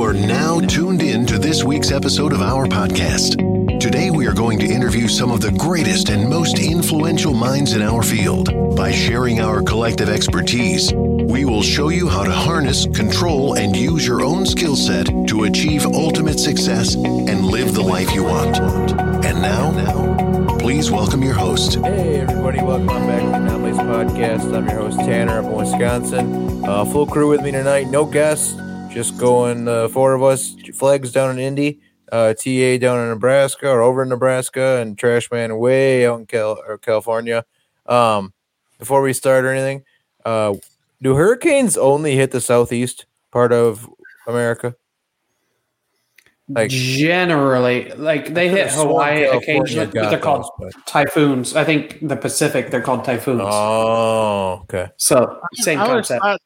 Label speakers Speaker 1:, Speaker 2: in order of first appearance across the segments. Speaker 1: are now tuned in to this week's episode of our podcast. Today, we are going to interview some of the greatest and most influential minds in our field. By sharing our collective expertise, we will show you how to harness, control, and use your own skill set to achieve ultimate success and live the life you want. And now, please welcome your host,
Speaker 2: Hey everybody, welcome on back to the Anomalies Podcast. I'm your host Tanner up in Wisconsin. Uh, full crew with me tonight, no guests, just going uh, four of us. Flags down in Indy, uh, TA down in Nebraska or over in Nebraska, and Trashman way out in Cal- or California. Um, before we start or anything, uh, do hurricanes only hit the southeast part of America? Like-
Speaker 3: generally like they hit
Speaker 2: Swarm
Speaker 3: Hawaii
Speaker 2: California
Speaker 3: occasionally, but
Speaker 2: got
Speaker 3: they're called
Speaker 2: those, but-
Speaker 3: typhoons. I think the Pacific they're called typhoons.
Speaker 2: Oh, okay.
Speaker 3: so same
Speaker 4: I always
Speaker 3: concept.
Speaker 4: thought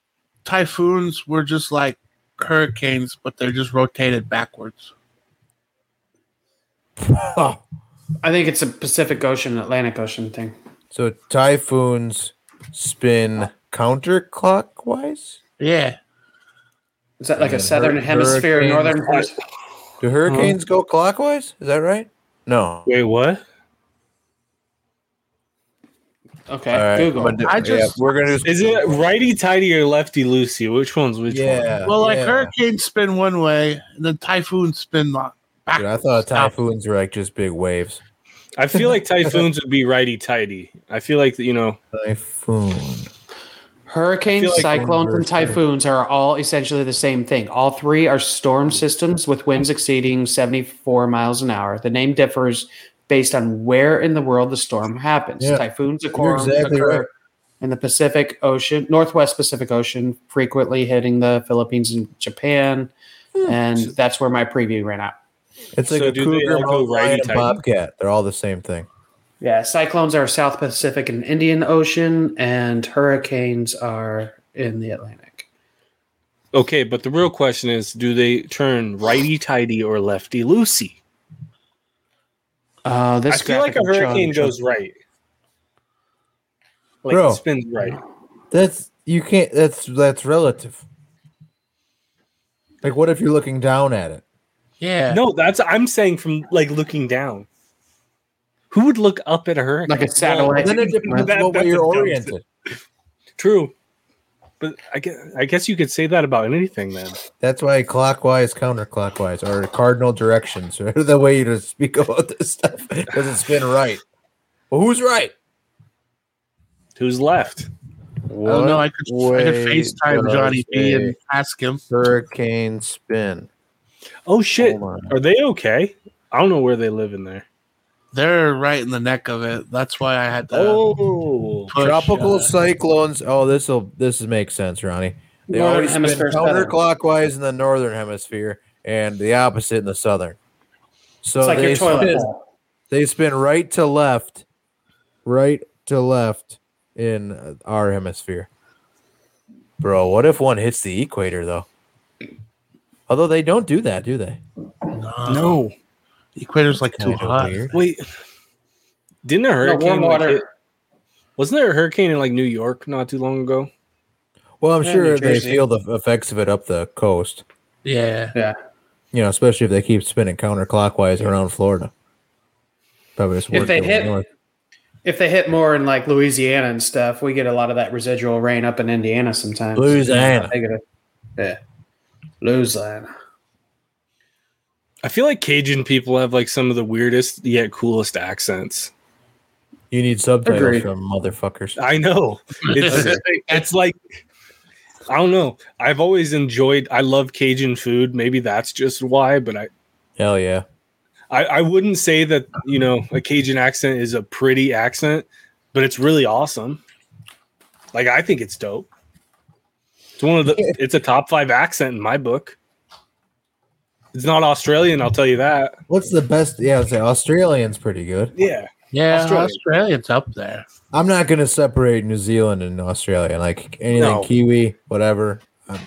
Speaker 4: typhoons were just like hurricanes, but they're just rotated backwards.
Speaker 3: I think it's a Pacific Ocean, Atlantic Ocean thing.
Speaker 2: So typhoons spin counterclockwise.
Speaker 4: Yeah,
Speaker 3: Is that like
Speaker 2: Yeah,
Speaker 3: a southern
Speaker 2: hur-
Speaker 3: hemisphere,
Speaker 2: hurricanes.
Speaker 3: northern hemisphere?
Speaker 5: Uh-huh.
Speaker 2: Do hurricanes go clockwise? Is that right? No.
Speaker 5: Wait, what?
Speaker 3: Okay,
Speaker 2: All right,
Speaker 3: Google.
Speaker 2: I'm gonna do-
Speaker 4: I
Speaker 2: yeah,
Speaker 4: just-
Speaker 2: we're gonna do-
Speaker 5: Is it righty tighty or lefty loosey? Which one's which
Speaker 2: yeah.
Speaker 4: well, like
Speaker 2: yeah.
Speaker 4: hurricanes spin one way, and then typhoons spin lo- back.
Speaker 2: Dude, I thought typhoons were like just big waves.
Speaker 5: one? I feel like typhoons would be righty tighty. I feel like you know.
Speaker 2: Typhoon.
Speaker 3: Hurricanes,
Speaker 5: I feel like-
Speaker 3: cyclones, and typhoons are all essentially the same thing. All three are storm systems with winds exceeding 74 miles an hour. The name differs based on where in the world the storm happens.
Speaker 2: Yeah.
Speaker 3: Typhoons occur,
Speaker 2: exactly
Speaker 3: occur
Speaker 2: right.
Speaker 3: in the Pacific Ocean, Northwest Pacific Ocean, frequently hitting the Philippines and Japan.
Speaker 5: Hmm.
Speaker 3: And that's where my preview ran out.
Speaker 2: It's like
Speaker 5: So
Speaker 2: a
Speaker 5: do they
Speaker 2: cougar,
Speaker 5: all go
Speaker 2: mountain lion, and
Speaker 5: righty-tighty?
Speaker 2: bobcat. They're all the same thing.
Speaker 3: Yeah, cyclones are South Pacific and Indian Ocean, and hurricanes are in the Atlantic.
Speaker 5: Okay, but the real question is, do they turn righty tighty or lefty loosey?
Speaker 3: Uh,
Speaker 5: I
Speaker 3: this
Speaker 5: feel like a
Speaker 3: graphic I'm showing
Speaker 5: hurricane
Speaker 3: you-
Speaker 5: goes right. Like
Speaker 2: Bro.
Speaker 5: it spins right.
Speaker 2: That's you can't. That's that's relative. Like, what if you're looking down at it?
Speaker 4: yeah,
Speaker 5: No, that's I'm saying from like looking down. Who would look up at a hurricane?
Speaker 3: like a satellite.
Speaker 2: Then it depends
Speaker 5: That-
Speaker 2: what way
Speaker 5: that's
Speaker 2: you're
Speaker 5: a dumb
Speaker 2: oriented.
Speaker 5: True. But I guess, I guess you could say that about anything then.
Speaker 2: That's why clockwise, counterclockwise, or cardinal directions are the way to speak about this stuff. Because it's been right. Well, who's right?
Speaker 5: Who's left?
Speaker 4: I don't know. I could, I could FaceTime Johnny B
Speaker 2: B.
Speaker 4: and ask him.
Speaker 2: Hurricane spin.
Speaker 5: Oh shit.
Speaker 2: Hold on.
Speaker 5: Are they okay? I don't know where they live in there.
Speaker 4: They're right in the neck of it. That's why I had
Speaker 3: Uh,
Speaker 4: to
Speaker 5: Oh,
Speaker 4: push.
Speaker 2: Tropical
Speaker 4: uh,
Speaker 2: cyclones. Oh, this will this makes sense, Ronnie. They
Speaker 3: Northern
Speaker 2: always spin
Speaker 3: hemisphere's better.
Speaker 2: counterclockwise in the northern hemisphere and the opposite in the southern. So
Speaker 3: it's like
Speaker 2: they
Speaker 3: your toilet
Speaker 2: spin,
Speaker 3: bowl.
Speaker 2: they spin right to left, right to left in uh, our hemisphere. Bro, what if one hits the equator though? Although they don't do that, do they?
Speaker 5: no.
Speaker 4: uh, equator's like too
Speaker 2: Kinda
Speaker 4: hot.
Speaker 2: weird.
Speaker 5: Wait. Didn't a
Speaker 3: No, warm
Speaker 5: hurricane like,
Speaker 3: water.
Speaker 5: hit- wasn't there a hurricane in like New York not too long ago?
Speaker 2: Well, I'm
Speaker 3: Yeah,
Speaker 2: sure
Speaker 3: New
Speaker 2: they
Speaker 3: Jersey.
Speaker 2: feel the effects of it up the coast.
Speaker 4: Yeah,
Speaker 3: Yeah.
Speaker 2: You know, especially if they keep spinning counterclockwise around Florida. Probably just
Speaker 3: If
Speaker 2: work
Speaker 3: they
Speaker 2: their way
Speaker 3: hit-
Speaker 2: north.
Speaker 3: If they hit more in like Louisiana and stuff, we get a lot of that residual rain up in Indiana sometimes.
Speaker 2: Louisiana.
Speaker 3: They get a- Yeah. Louisiana.
Speaker 5: I feel like Cajun people have like some of the weirdest yet coolest accents.
Speaker 2: You need subtitles
Speaker 3: Agreed.
Speaker 2: from motherfuckers.
Speaker 5: I know. It's it's like I don't know. I've always enjoyed I love Cajun food. Maybe that's just why, but I
Speaker 2: Hell yeah.
Speaker 5: I, I wouldn't say that, you know, a Cajun accent is a pretty accent, but it's really awesome. Like I think it's dope. It's one of the it's a top five accent in my book. It's not Australian, I'll tell you that.
Speaker 2: What's the best? Yeah, I'd say Australian's pretty good.
Speaker 5: Yeah.
Speaker 4: yeah.
Speaker 5: Australia.
Speaker 4: Australia's up there.
Speaker 2: I'm not going to separate New Zealand and Australia. Like anything
Speaker 5: No.
Speaker 2: Kiwi, whatever. I,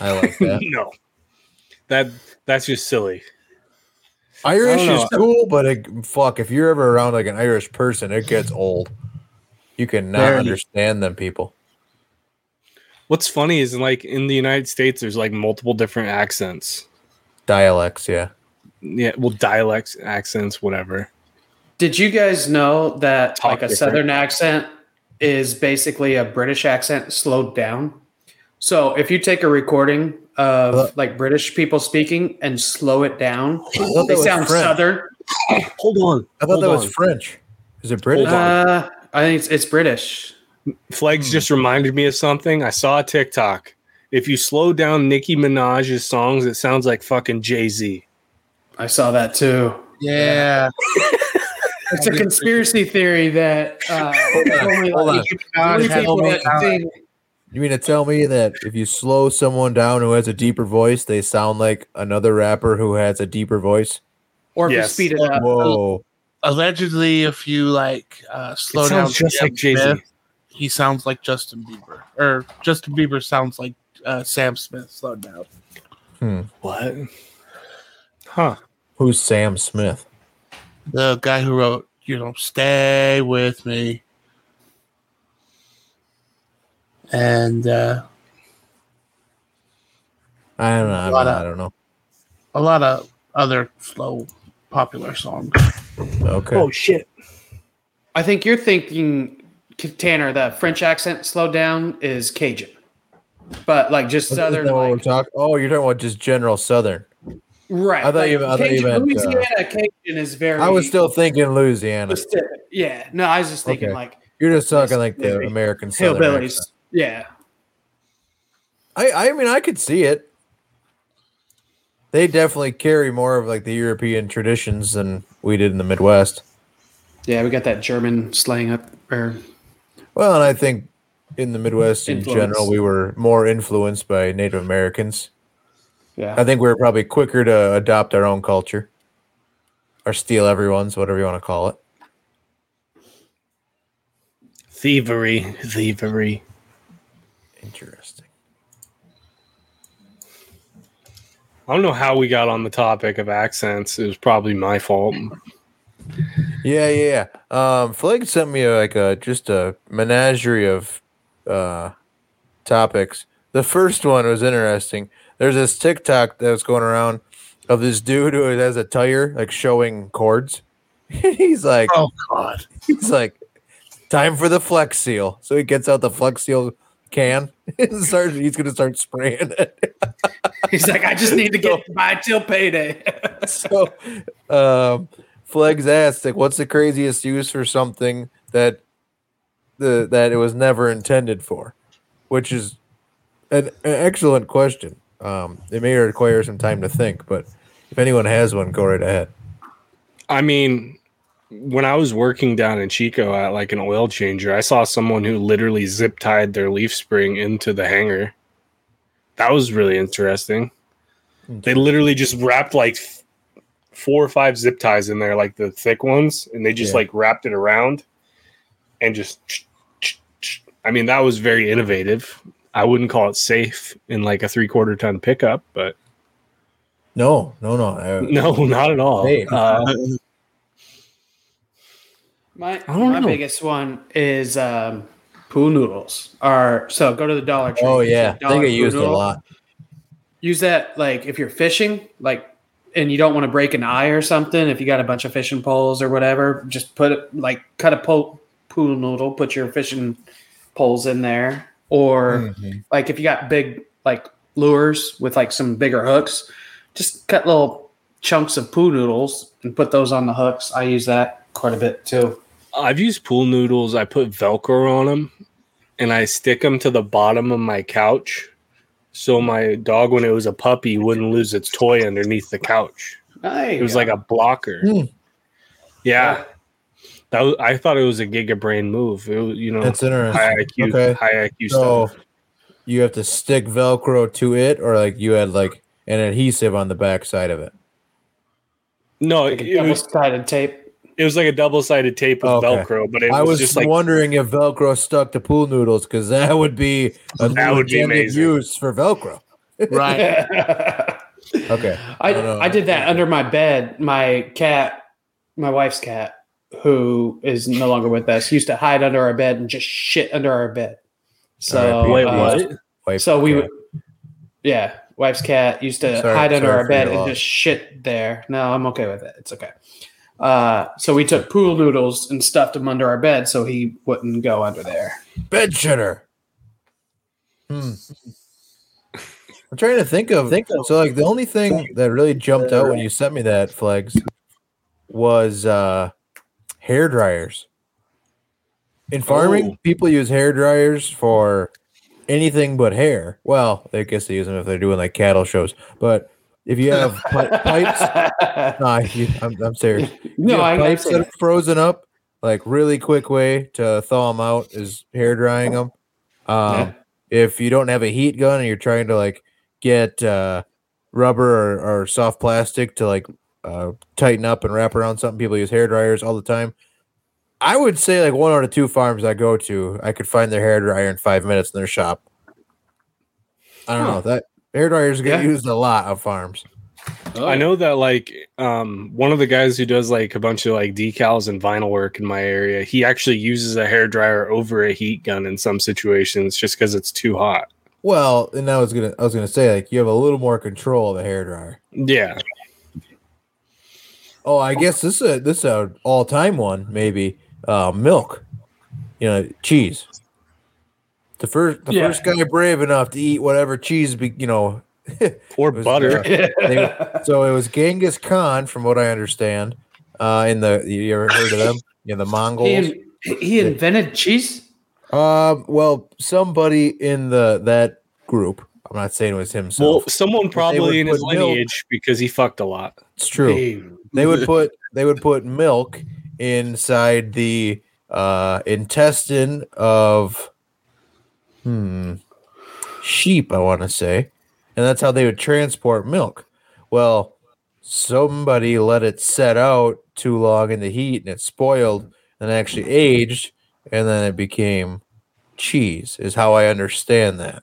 Speaker 2: I like that.
Speaker 5: No. That that's just silly.
Speaker 2: Irish is
Speaker 5: know.
Speaker 2: cool, but it, fuck, if you're ever around like an Irish person, it gets old. You cannot
Speaker 4: Very.
Speaker 2: understand them people.
Speaker 5: What's funny is like in the United States there's like multiple different accents.
Speaker 2: dialects. Yeah,
Speaker 5: Yeah, well, dialects, accents, whatever.
Speaker 3: Did you guys know that
Speaker 5: Talk
Speaker 3: like a
Speaker 5: different.
Speaker 3: southern accent is basically a British accent slowed down? So if you take a recording of like British people speaking and slow it down,
Speaker 2: thought
Speaker 3: they
Speaker 2: that was
Speaker 3: sound
Speaker 2: French.
Speaker 3: southern.
Speaker 5: Hold on.
Speaker 2: I thought
Speaker 5: hold
Speaker 2: that
Speaker 5: on.
Speaker 2: was French. Is it British?
Speaker 5: Hold on.
Speaker 3: Uh, I think it's, it's British.
Speaker 5: Flags just reminded me of something. I saw a TikTok. If you slow down Nicki Minaj's songs, it sounds like fucking Jay Z.
Speaker 3: I saw that too.
Speaker 4: Yeah.
Speaker 3: It's a conspiracy theory that uh, only
Speaker 2: hold on.
Speaker 3: like, three people that sing-
Speaker 2: You mean to tell me that if you slow someone down who has a deeper voice, they sound like another rapper who has a deeper voice?
Speaker 3: or if
Speaker 5: Yes.
Speaker 3: you speed it up.
Speaker 2: Whoa!
Speaker 4: Allegedly, if you like uh, slow
Speaker 5: it
Speaker 4: down,
Speaker 5: sounds just
Speaker 4: Sam
Speaker 5: like Jay Z.
Speaker 4: Smith, he sounds like Justin Bieber, or Justin Bieber sounds like uh, Sam Smith slowed down.
Speaker 5: What? Huh.
Speaker 2: Who's Sam Smith?
Speaker 4: The guy who wrote, you know, "Stay with Me," and uh,
Speaker 2: I don't know. I,
Speaker 4: Lot of-
Speaker 2: I don't know.
Speaker 4: a lot of other slow, popular songs.
Speaker 2: Okay.
Speaker 5: Oh shit.
Speaker 3: I think you're thinking, K- Tanner, the French accent slowed down is Cajun, but like just
Speaker 2: Isn't that
Speaker 3: Southern.
Speaker 2: what we're
Speaker 3: Like,
Speaker 2: talk- oh, you're talking about just general Southern.
Speaker 3: right.
Speaker 2: I thought
Speaker 3: like,
Speaker 2: you- I thought you
Speaker 3: Cajun-
Speaker 2: meant, uh,
Speaker 3: Louisiana Cajun is very.
Speaker 2: I was still thinking Louisiana.
Speaker 3: specific. Yeah. No, I was just thinking
Speaker 2: Okay.
Speaker 3: like
Speaker 2: You're just talking like the
Speaker 3: Mississippi.
Speaker 2: American Southern.
Speaker 3: hillbillies.
Speaker 2: accent.
Speaker 3: Yeah.
Speaker 2: I, I mean, I could see it. They definitely carry more of like the European traditions than we did in the Midwest.
Speaker 3: Yeah, we got that German slang up or
Speaker 2: Well, and I think in the Midwest in
Speaker 3: Influence.
Speaker 2: general, we were more influenced by Native Americans. I
Speaker 3: yeah.
Speaker 2: think we were probably quicker to adopt our own culture or steal everyone's, whatever you want to call it.
Speaker 5: Thievery. Thievery.
Speaker 2: Interesting.
Speaker 5: I don't know how we got on the topic of accents. It was probably my fault.
Speaker 2: Yeah, yeah, yeah. Um, Flag sent me like a just a menagerie of uh, topics. The first one was interesting. There's this TikTok that was going around of this dude who has a tire like showing cords. he's like,
Speaker 4: Oh God!
Speaker 2: he's like, time for the Flex Seal. So he gets out the Flex Seal can and starts. He's gonna start spraying it.
Speaker 3: He's like, I just need to get by till payday.
Speaker 2: so um Flegs asked like what's the craziest use for something that the that it was never intended for? Which is an, an excellent question. Um it may require some time to think, but if anyone has one, go right ahead.
Speaker 5: I mean, when I was working down in Chico at like an oil changer, I saw someone who literally zip tied their leaf spring into the hanger. That was really interesting. They literally just wrapped like f- four or five zip ties in there, like the thick ones, and they just
Speaker 2: Yeah.
Speaker 5: like wrapped it around and just. I mean, that was very innovative. I wouldn't call it safe in like a three quarter ton pickup, but
Speaker 2: No, no, no. I-
Speaker 5: no, not at all.
Speaker 2: Hey.
Speaker 5: Uh,
Speaker 3: My
Speaker 5: don't
Speaker 3: my
Speaker 5: know.
Speaker 3: biggest one is um, pool noodles. Are so go to the Dollar Tree.
Speaker 2: oh
Speaker 3: It's
Speaker 2: yeah. They
Speaker 3: a dollar
Speaker 2: get used
Speaker 3: pool
Speaker 2: a
Speaker 3: noodle.
Speaker 2: lot.
Speaker 3: Use that like if you're fishing, like, and you don't want to break an eye or something. If you got a bunch of fishing poles or whatever, just put it like cut a po- pool noodle, put your fishing poles in there, or
Speaker 2: Hmm.
Speaker 3: like if you got big like lures with like some bigger hooks, just cut little chunks of pool noodles and put those on the hooks. I use that quite a bit too.
Speaker 5: I've used pool noodles. I put Velcro on them and I stick them to the bottom of my couch. So my dog, when it was a puppy, wouldn't lose its toy underneath the couch. It was like a blocker.
Speaker 2: Hmm.
Speaker 5: Yeah. That was, I thought it was a giga brain move. It was, you know,
Speaker 2: That's
Speaker 5: high
Speaker 2: interesting.
Speaker 5: IQ,
Speaker 2: Okay.
Speaker 5: high IQ
Speaker 2: So
Speaker 5: stuff.
Speaker 2: you have to stick Velcro to it or like you had like an adhesive on the back side of it.
Speaker 5: No,
Speaker 3: like
Speaker 5: it,
Speaker 3: a
Speaker 5: it
Speaker 3: double
Speaker 5: was
Speaker 3: sided tape.
Speaker 5: it was like a double sided tape with
Speaker 2: Okay.
Speaker 5: Velcro, but it
Speaker 2: I
Speaker 5: was,
Speaker 2: was
Speaker 5: just like
Speaker 2: wondering if Velcro stuck to pool noodles because that would be a
Speaker 5: That would be
Speaker 2: legitimate
Speaker 5: amazing.
Speaker 2: use for Velcro.
Speaker 4: Right?
Speaker 2: Okay,
Speaker 3: I,
Speaker 2: don't know.
Speaker 3: I did that under my bed. My cat, my wife's cat, who is no longer with us, used to hide under our bed and just shit under our bed. So,
Speaker 2: All right,
Speaker 5: wait,
Speaker 2: uh,
Speaker 5: what?
Speaker 2: Wait,
Speaker 3: so we
Speaker 2: okay.
Speaker 3: would, yeah, wife's cat used to
Speaker 2: Sorry-
Speaker 3: hide under
Speaker 2: sorry
Speaker 3: our
Speaker 2: for
Speaker 3: bed
Speaker 2: your
Speaker 3: and
Speaker 2: loss.
Speaker 3: just shit there. No, I'm okay with it. It's okay. Uh, so we took pool noodles and stuffed them under our bed so he wouldn't go under there.
Speaker 2: Bed shitter. Hmm. I'm trying to think of think so like the only thing that really jumped out when you sent me that flags was uh hair dryers. In farming,
Speaker 5: Oh.
Speaker 2: people use hair dryers for anything but hair. Well, I guess they use them if they're doing like cattle shows. But if you have pi- pipes, nah, you, I'm, I'm serious.
Speaker 3: no,
Speaker 2: Yeah,
Speaker 3: I, I
Speaker 2: pipes
Speaker 3: see
Speaker 2: that
Speaker 3: that.
Speaker 2: are frozen up. Like really quick way to thaw them out is hair drying them. Um,
Speaker 5: Yeah.
Speaker 2: If you don't have a heat gun and you're trying to like get uh, rubber or, or soft plastic to like uh, tighten up and wrap around something, people use hair dryers all the time. I would say like one out of two farms I go to, I could find their hair dryer in five minutes in their shop. I don't know that hair dryers get
Speaker 3: Yeah.
Speaker 2: used a lot on farms.
Speaker 5: I know that like um one of the guys who does like a bunch of like decals and vinyl work in my area, he actually uses a hair dryer over a heat gun in some situations just because it's too hot.
Speaker 2: Well, and I was gonna I was gonna say like you have a little more control of a hair dryer.
Speaker 5: Yeah.
Speaker 2: Oh, I guess this is a, this is a all time one maybe. Uh, milk, you know, cheese. The first the
Speaker 3: Yeah.
Speaker 2: first guy brave enough to eat whatever cheese, be, you know.
Speaker 5: Or
Speaker 2: was,
Speaker 5: butter.
Speaker 2: uh, they- so it was Genghis Khan, from what I understand. Uh, in the you ever heard of them? You know, the Mongols.
Speaker 3: He, he invented cheese.
Speaker 2: Um, well, somebody in the that group. I'm not saying it was
Speaker 5: well,
Speaker 2: himself.
Speaker 5: someone
Speaker 2: would
Speaker 5: probably in his
Speaker 2: put milk-
Speaker 5: lineage because he fucked a lot.
Speaker 2: it's true. they would put they would put milk inside the uh, intestine of hmm sheep i want to say and that's how they would transport milk well somebody let it set out too long in the heat and it spoiled and actually aged and then it became cheese is how i understand that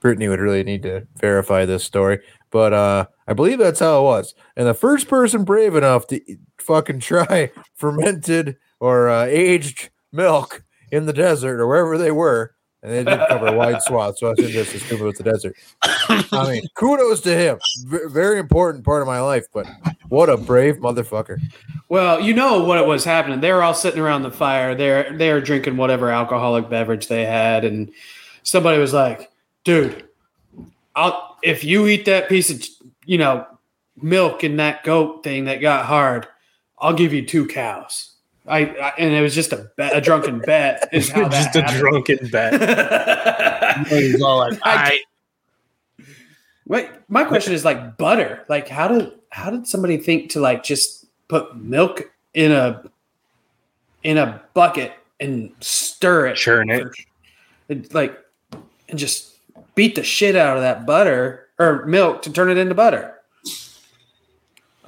Speaker 2: brittany would really need to verify this story but uh i believe that's how it was and the first person brave enough to e- fucking try fermented or uh, aged milk in the desert or wherever they were, and they did cover wide swaths, so I shouldn't just assume it was the desert. I mean, kudos to him. V- very important part of my life, but what a brave motherfucker.
Speaker 3: Well, you know what it was happening. They were all sitting around the fire. They're they're drinking whatever alcoholic beverage they had, and somebody was like, "Dude, I'll if you eat that piece of you know milk and that goat thing that got hard, I'll give you two cows." I, I and it was just a bet, a drunken bet is how
Speaker 5: just
Speaker 3: that
Speaker 5: a drunken bet.
Speaker 3: happened.
Speaker 4: He's all like,
Speaker 3: I-
Speaker 4: I,
Speaker 3: Wait, my question is like butter. Like, how did how did somebody think to like just put milk in a in a bucket and stir it,
Speaker 5: Churn it.
Speaker 3: and, like, and just beat the shit out of that butter or milk to turn it into butter?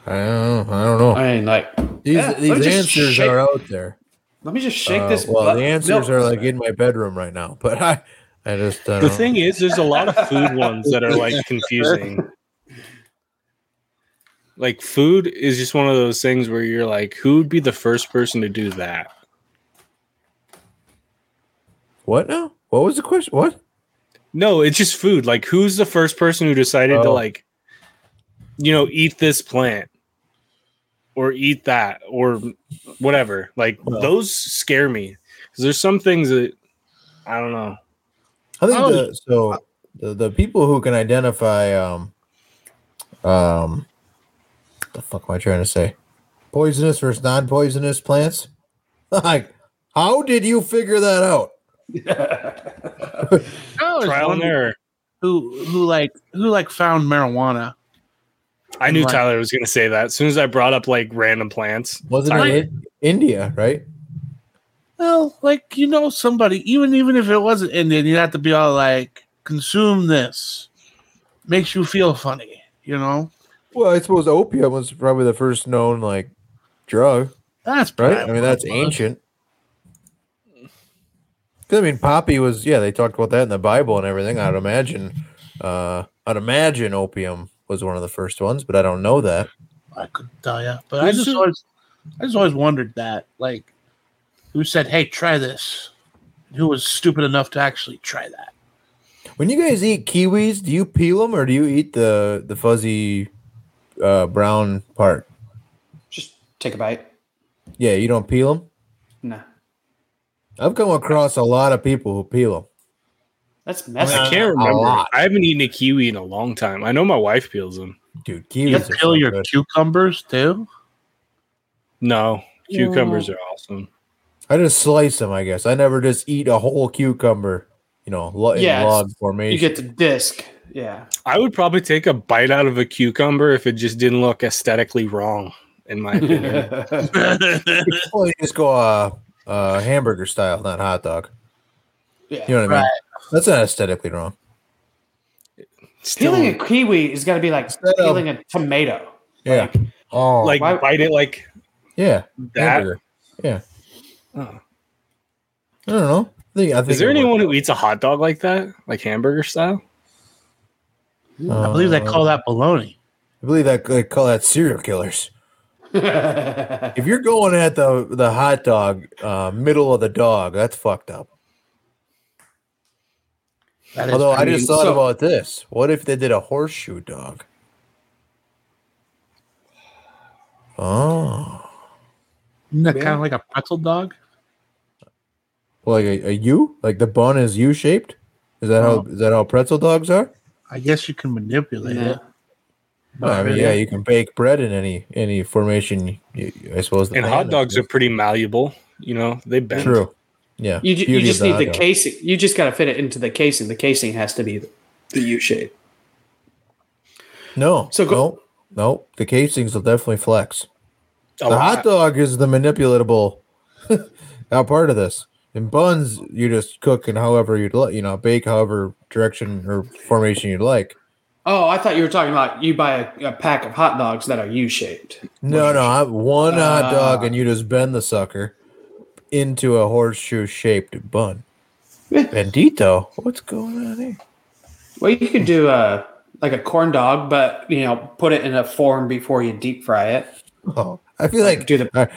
Speaker 2: I don't know. I don't know.
Speaker 3: I mean, like,
Speaker 2: These,
Speaker 3: yeah, let me
Speaker 2: these
Speaker 3: just
Speaker 2: answers
Speaker 3: shake-
Speaker 2: are out there.
Speaker 3: let me just shake
Speaker 2: Uh,
Speaker 3: this.
Speaker 2: well,
Speaker 3: bu-
Speaker 2: the answers
Speaker 3: milk.
Speaker 2: are like in my bedroom right now, but I, I just I don't
Speaker 5: The
Speaker 2: know.
Speaker 5: thing is, there's a lot of food ones that are like confusing. Like food is just one of those things where you're like, who would be the first person to do that?
Speaker 2: What now? What was the question? What?
Speaker 5: No, it's just food. Like, who's the first person who decided to
Speaker 2: Oh.
Speaker 5: like, you know, eat this plant or eat that or whatever? Like
Speaker 2: Well.
Speaker 5: those scare me because there's some things that I don't know.
Speaker 2: I think
Speaker 4: Oh.
Speaker 2: the,
Speaker 5: uh,
Speaker 2: so. The, the people who can identify, um, um, what the fuck am I trying to say? Poisonous versus non-poisonous plants. Like, how did you figure that out?
Speaker 4: no,
Speaker 5: Trial and error.
Speaker 4: who who like who like found marijuana.
Speaker 5: I knew
Speaker 4: Right.
Speaker 5: Tyler was going to say that as soon as I brought up like random plants.
Speaker 2: Wasn't it
Speaker 5: Sorry.
Speaker 2: in India, right?
Speaker 4: Well, like you know somebody, even even if it wasn't Indian, you'd have to be all like, consume this. Makes you feel funny, you know?
Speaker 2: Well, I suppose opium was probably the first known like drug,
Speaker 4: That's
Speaker 2: right?
Speaker 4: bad.
Speaker 2: I mean, that's ancient. 'Cause, I mean, poppy was yeah. They talked about that in the Bible and everything. I'd imagine, uh, I'd imagine opium was one of the first ones, but I don't know that.
Speaker 4: I could tell you, but I just always, I just always wondered that, like, who said, "Hey, try this," who was stupid enough to actually try that?
Speaker 2: When you guys eat kiwis, do you peel them or do you eat the the fuzzy uh, brown part?
Speaker 3: Just take a bite.
Speaker 2: Yeah, you don't peel them.
Speaker 3: No,
Speaker 2: I've come across a lot of people who peel them.
Speaker 3: that's messy.
Speaker 5: I can't
Speaker 2: Uh, a
Speaker 5: remember.
Speaker 2: lot.
Speaker 5: I haven't eaten a kiwi in a long time. I know my wife peels them.
Speaker 2: Dude,
Speaker 4: You
Speaker 2: kiwis are
Speaker 4: peel
Speaker 2: so
Speaker 4: your
Speaker 2: good.
Speaker 4: cucumbers too.
Speaker 5: No, cucumbers are awesome.
Speaker 2: I just slice them, I guess. I never just eat a whole cucumber, you know, lo-
Speaker 3: Yeah,
Speaker 2: in
Speaker 3: it's-
Speaker 2: log formation.
Speaker 3: you get the disc. Yeah,
Speaker 5: I would probably take a bite out of a cucumber if it just didn't look aesthetically wrong, in my opinion.
Speaker 2: Well, you just go uh, uh, hamburger style, not hot dog.
Speaker 3: yeah.
Speaker 2: You know what I mean? That's not aesthetically wrong.
Speaker 5: Still,
Speaker 3: Peeling a kiwi is gonna be like
Speaker 2: up.
Speaker 3: peeling a tomato.
Speaker 2: Yeah.
Speaker 3: Like,
Speaker 2: oh,
Speaker 5: like
Speaker 3: Why-
Speaker 5: bite it like
Speaker 2: yeah,
Speaker 5: that.
Speaker 2: hamburger. Yeah.
Speaker 5: Oh.
Speaker 2: I don't know. I think, I think
Speaker 5: Is there
Speaker 2: it would.
Speaker 5: anyone who eats a hot dog like that, like hamburger style?
Speaker 4: I believe they call that baloney.
Speaker 2: I believe that they call that serial killers. if you're going at the the hot dog uh, middle of the dog, that's fucked up.
Speaker 4: That is
Speaker 2: Although I
Speaker 4: pretty-
Speaker 2: just thought
Speaker 3: so-
Speaker 2: about this: what if they did a horseshoe dog? Oh,
Speaker 4: isn't that kind of like a pretzel dog.
Speaker 2: like a, a U? Like the bun is U shaped? Is that how
Speaker 3: Uh-huh.
Speaker 4: Oh.
Speaker 2: is that how pretzel dogs are?
Speaker 4: I guess you can manipulate
Speaker 3: Yeah.
Speaker 4: it.
Speaker 2: Well, I mean,
Speaker 4: really?
Speaker 2: yeah, you can bake bread in any any formation. You, I suppose. the
Speaker 5: And
Speaker 2: pan
Speaker 5: hot
Speaker 2: is-
Speaker 5: dogs are pretty malleable. You know, they bend.
Speaker 2: true. Yeah,
Speaker 3: You, ju- you
Speaker 2: beauty
Speaker 3: just
Speaker 2: of
Speaker 3: need
Speaker 2: hot
Speaker 3: the
Speaker 2: dog.
Speaker 3: casing. You just got to fit it into the casing. The casing has to be the, the U shape.
Speaker 2: No,
Speaker 3: So
Speaker 2: so
Speaker 3: go-
Speaker 2: no, no. The casings will definitely flex.
Speaker 5: A
Speaker 2: the
Speaker 5: lot.
Speaker 2: hot dog is the manipulatable uh, part of this. And buns, you just cook and however you'd like, you know, bake however direction or formation you'd like.
Speaker 3: Oh, I thought you were talking about you buy a, a pack of hot dogs that are U shaped.
Speaker 2: No, no, I, one hot
Speaker 3: Ah.
Speaker 2: dog and you just bend the sucker into a horseshoe shaped bun.
Speaker 3: Yeah.
Speaker 2: Bendito, what's going on here?
Speaker 3: Well, you could do a like a corn dog, but you know, put it in a form before you deep fry it.
Speaker 2: Oh, I feel like
Speaker 3: do the-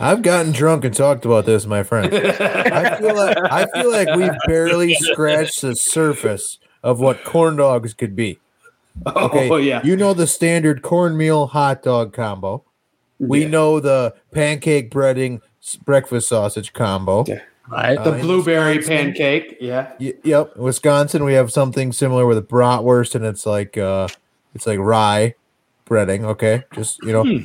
Speaker 2: I, I've gotten drunk and talked about this, my friend. I feel like I feel like we barely scratched the surface of what corn dogs could be. Okay,
Speaker 3: Oh yeah,
Speaker 2: you know the standard cornmeal hot dog combo. We
Speaker 3: Yeah.
Speaker 2: know the pancake breading s- breakfast sausage combo.
Speaker 3: Yeah.
Speaker 4: Right?
Speaker 2: Uh,
Speaker 3: the
Speaker 2: in
Speaker 3: blueberry
Speaker 2: Wisconsin.
Speaker 3: pancake. Yeah,
Speaker 2: Y- yep, in Wisconsin we have something similar with a bratwurst, and it's like uh, it's like rye breading. Okay, just you know,
Speaker 3: Hmm.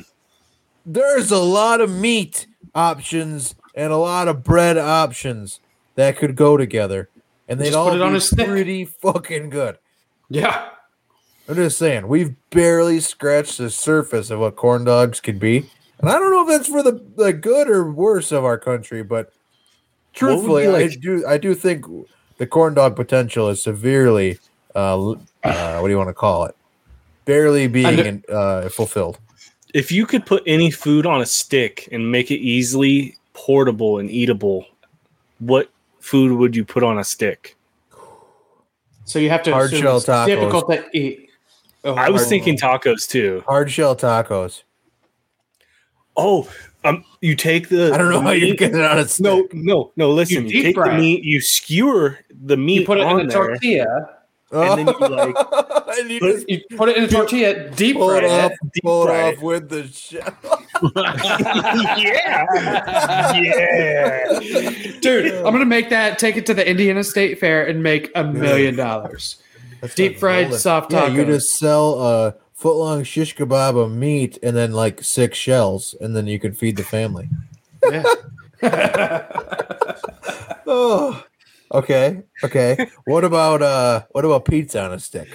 Speaker 2: there's a lot of meat options and a lot of bread options that could go together, and they'd
Speaker 3: Just
Speaker 2: all
Speaker 3: put it on
Speaker 2: be
Speaker 3: a stick.
Speaker 2: pretty fucking good.
Speaker 3: yeah.
Speaker 2: I'm just saying, we've barely scratched the surface of what corn dogs could be, and I don't know if that's for the, the good or worse of our country, but
Speaker 5: would
Speaker 2: truthfully,
Speaker 5: be
Speaker 2: I
Speaker 5: like-
Speaker 2: do I do think the corn dog potential is severely, uh, l- uh, what do you want to call it, barely being
Speaker 3: Under-
Speaker 2: in, uh, fulfilled.
Speaker 5: if you could put any food on a stick and make it easily portable and eatable, what food would you put on a stick?
Speaker 3: So you have to
Speaker 2: Hard
Speaker 3: assume
Speaker 2: shell
Speaker 3: it's
Speaker 2: tacos.
Speaker 3: difficult to eat. Oh,
Speaker 5: I was
Speaker 3: hard-
Speaker 5: thinking tacos too.
Speaker 2: Hard shell tacos.
Speaker 5: Oh, um, you take the
Speaker 2: I don't know how you get it on a stick.
Speaker 5: no no no. Listen, you,
Speaker 3: deep
Speaker 5: take
Speaker 3: fry
Speaker 5: the
Speaker 3: it.
Speaker 5: meat, you skewer the meat,
Speaker 3: You put it
Speaker 5: on
Speaker 3: in a
Speaker 5: there.
Speaker 3: tortilla.
Speaker 5: and then you, like,
Speaker 2: and you
Speaker 5: put-
Speaker 2: just
Speaker 3: You put it in a tortilla, deep
Speaker 2: pull
Speaker 3: fry
Speaker 2: it off,
Speaker 3: it.
Speaker 5: deep
Speaker 2: pull it
Speaker 5: fry
Speaker 2: off
Speaker 5: it.
Speaker 2: with the shell.
Speaker 5: yeah, yeah.
Speaker 3: Dude, I'm gonna make that. Take it to the Indiana State Fair and make a million dollars.
Speaker 2: That's
Speaker 3: Deep
Speaker 2: fucking
Speaker 3: fried
Speaker 2: golden.
Speaker 3: soft
Speaker 2: Yeah, you
Speaker 3: tacos.
Speaker 2: just sell a foot long shish kebab of meat and then like six shells, and then you can feed the family.
Speaker 3: Yeah.
Speaker 2: Oh, okay, okay. what about uh, what about pizza on a stick?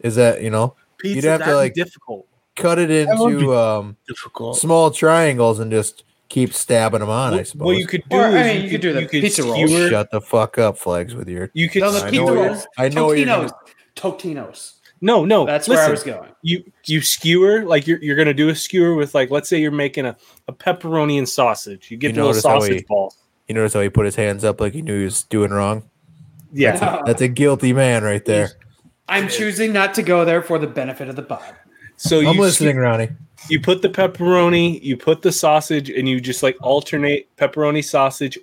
Speaker 2: Is that you know
Speaker 5: Pizza,
Speaker 2: You'd have to,
Speaker 5: that'd be
Speaker 2: like-
Speaker 5: difficult.
Speaker 2: cut it
Speaker 4: would
Speaker 2: into
Speaker 4: be-
Speaker 2: um
Speaker 4: Difficult.
Speaker 2: small triangles and just keep stabbing them on? I
Speaker 5: What,
Speaker 2: suppose.
Speaker 5: what you could do
Speaker 3: Or,
Speaker 5: is
Speaker 3: I mean, you could do the pizza rolls.
Speaker 5: skewer-
Speaker 2: shut the fuck up, flags with your.
Speaker 5: You could
Speaker 3: No, the
Speaker 2: I
Speaker 3: pizza
Speaker 2: know what
Speaker 3: rolls.
Speaker 2: you're- I know what you're
Speaker 3: Totinos.
Speaker 2: gonna-
Speaker 3: Totinos.
Speaker 5: no no.
Speaker 3: That's
Speaker 5: listen,
Speaker 3: where I was going.
Speaker 5: you you skewer like you're, you're gonna do a skewer with like let's say you're making a, a pepperoni and sausage you get
Speaker 2: You
Speaker 5: the little
Speaker 2: notice how
Speaker 5: sausage
Speaker 2: he-
Speaker 5: balls
Speaker 2: You notice how he put his hands up like he knew he was doing wrong.
Speaker 5: yeah
Speaker 2: That's a guilty man right there.
Speaker 3: I'm choosing not to go there for the benefit of the pod.
Speaker 5: so you
Speaker 2: I'm
Speaker 5: ske-
Speaker 2: listening, Ronnie.
Speaker 5: you put the pepperoni you put the sausage and you just like alternate pepperoni sausage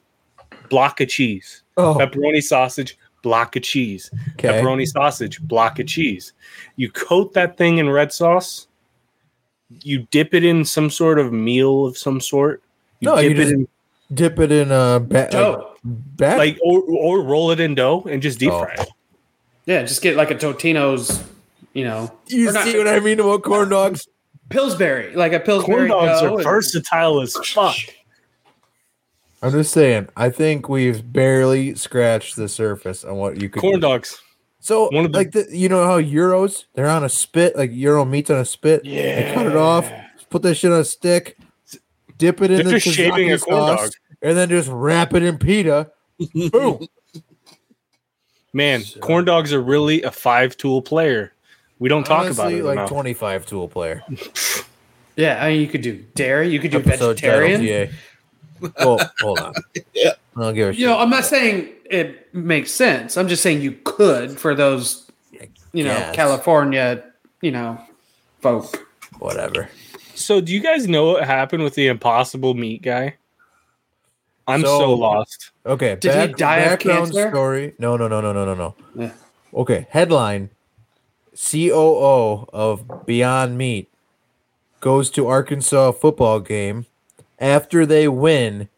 Speaker 5: block of cheese
Speaker 2: Oh,
Speaker 5: pepperoni sausage block of cheese.
Speaker 2: Okay.
Speaker 5: Pepperoni sausage, block of cheese. You coat that thing in red sauce. You dip it in some sort of meal of some sort. You
Speaker 2: No, you
Speaker 5: dip
Speaker 2: just-
Speaker 5: it in
Speaker 2: Dip it in a bat. Like,
Speaker 3: Dough.
Speaker 2: bat?
Speaker 5: like or, or roll it in dough and just deep
Speaker 2: Oh.
Speaker 5: fry it.
Speaker 3: Yeah, just get like a Totino's, you know,
Speaker 2: you
Speaker 3: or not-
Speaker 2: see what I mean about corn dogs?
Speaker 3: Pillsbury, like a
Speaker 5: Corn
Speaker 3: Pillsbury.
Speaker 5: dogs
Speaker 3: dough
Speaker 5: are
Speaker 3: and-
Speaker 5: versatile as fuck.
Speaker 2: I'm just saying. I think we've barely scratched the surface on what you could.
Speaker 5: Corn
Speaker 2: do.
Speaker 5: dogs.
Speaker 2: So
Speaker 5: One of the-
Speaker 2: like the you know how euros they're on a spit like euro meat's on a spit. Yeah, cut it off, put that shit on a stick, dip it in
Speaker 5: They're
Speaker 2: the
Speaker 5: just shaving
Speaker 2: tzatziki
Speaker 5: a corn
Speaker 2: sauce,
Speaker 5: dog.
Speaker 2: and then just wrap it in pita. Boom.
Speaker 5: Man, corn dogs are really a five tool player. We don't talk about
Speaker 2: Honestly,
Speaker 5: it
Speaker 2: like
Speaker 5: enough.
Speaker 2: 25 tool player.
Speaker 3: Yeah, I mean, you could do dairy. You could do
Speaker 2: Episode
Speaker 3: vegetarian.
Speaker 2: title, TA. Well, hold on.
Speaker 6: Yeah.
Speaker 2: I don't give a
Speaker 3: You
Speaker 2: shit.
Speaker 3: know, I'm not saying it makes sense. I'm just saying you could for those, you know,
Speaker 2: Yes.
Speaker 3: California, you know, folk.
Speaker 2: Whatever.
Speaker 5: So, do you guys know what happened with the Impossible Meat guy? I'm so,
Speaker 2: So-
Speaker 5: lost.
Speaker 2: Okay.
Speaker 3: Did he die of
Speaker 2: background
Speaker 3: cancer?
Speaker 2: story. No, no, no, no, no, no, no.
Speaker 3: Yeah.
Speaker 2: Okay. Headline COO of Beyond Meat goes to Arkansas football game after they win,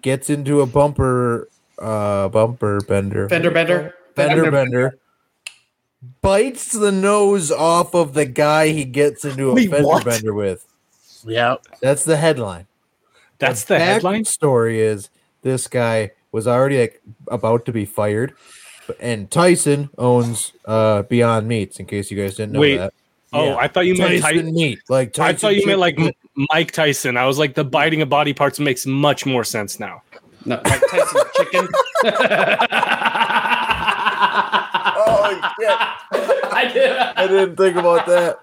Speaker 2: gets into a bumper uh bumper bender.
Speaker 3: Fender bender.
Speaker 2: Fender bender. Bites the nose off of the guy he gets into a
Speaker 5: Wait,
Speaker 2: fender
Speaker 5: what?
Speaker 2: bender with.
Speaker 4: Yeah.
Speaker 2: That's the headline.
Speaker 5: That's the headline.
Speaker 2: Story is this guy was already like about to be fired, and Tyson owns uh Beyond Meats. In case you guys didn't know
Speaker 5: Wait,
Speaker 2: that,
Speaker 5: Oh,
Speaker 2: Yeah.
Speaker 5: I thought you meant
Speaker 2: Tyson
Speaker 5: Tyson.
Speaker 2: Meat. Like Tyson
Speaker 5: I thought you meant like
Speaker 2: chicken.
Speaker 5: M- Mike Tyson. I was like, the biting of body parts makes much more sense now.
Speaker 3: No, like Tyson chicken.
Speaker 2: Oh, yeah.
Speaker 3: I did.
Speaker 2: I didn't think about that.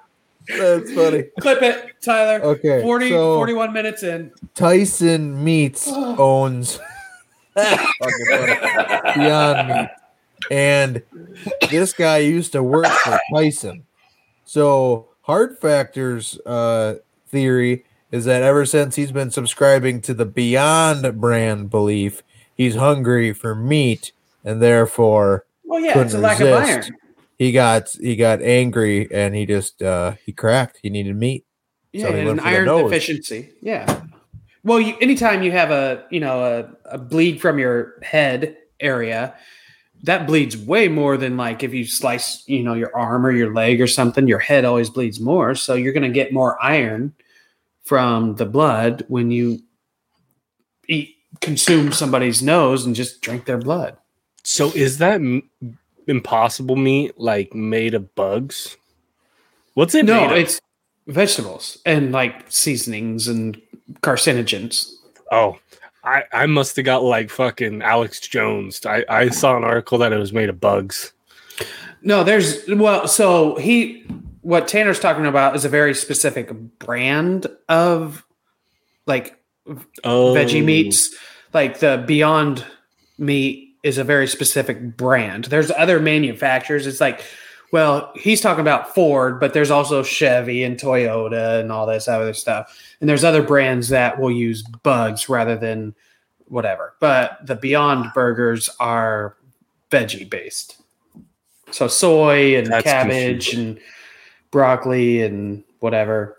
Speaker 2: That's funny.
Speaker 3: Clip it, Tyler.
Speaker 2: Okay,
Speaker 3: 40,
Speaker 2: so-
Speaker 3: 41 minutes in.
Speaker 2: Tyson Meats owns Fucking funny. Beyond Meat. And this guy used to work for Tyson. So Hard Factor's uh, theory is that ever since he's been subscribing to the Beyond brand belief, he's hungry for meat and therefore
Speaker 3: Well, yeah,
Speaker 2: Couldn't
Speaker 3: it's a lack of
Speaker 2: resist.
Speaker 3: iron.
Speaker 2: he got he got angry and he just uh, he cracked. He needed meat.
Speaker 3: Yeah,
Speaker 2: So he
Speaker 3: and
Speaker 2: went
Speaker 3: an
Speaker 2: for the
Speaker 3: iron
Speaker 2: nose.
Speaker 3: deficiency. Yeah. Well, you, anytime you have a you know a, a bleed from your head area, that bleeds way more than like if you slice you know your arm or your leg or something. Your head always bleeds more, so you're going to get more iron from the blood when you eat consume somebody's nose and just drink their blood.
Speaker 5: So, is that m- Impossible Meat like made of bugs? What's it made
Speaker 3: No,
Speaker 5: of?
Speaker 3: it's vegetables and like seasonings and carcinogens.
Speaker 5: Oh, I, I must have got like fucking Alex Jones. I, I saw an article that it was made of bugs.
Speaker 3: No, there's well, so he what Tanner's talking about is a very specific brand of like
Speaker 5: Oh,
Speaker 3: veggie meats. Like the Beyond Meat is a very specific brand. There's other manufacturers. It's like, well, he's talking about Ford, but there's also Chevy and Toyota and all this other stuff. And there's other brands that will use bugs rather than whatever. But the Beyond burgers are veggie based. So soy and
Speaker 5: That's
Speaker 3: cabbage and broccoli and whatever.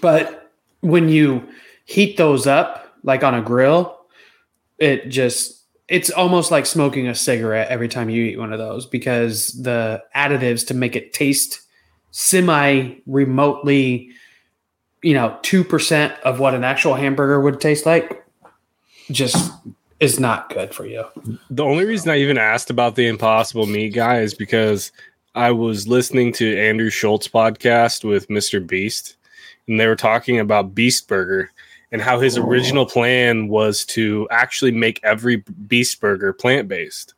Speaker 3: But when you heat those up like on a grill, it just it's almost like smoking a cigarette every time you eat one of those because the additives to make it taste semi remotely you know 2% of what an actual hamburger would taste like just is not good for you.
Speaker 5: The only reason I even asked about the Impossible Meat guy is because I was listening to Andrew Schultz podcast with Mr. Beast, and they were talking about Beast Burger and how his original plan was to actually make every Beast Burger plant based.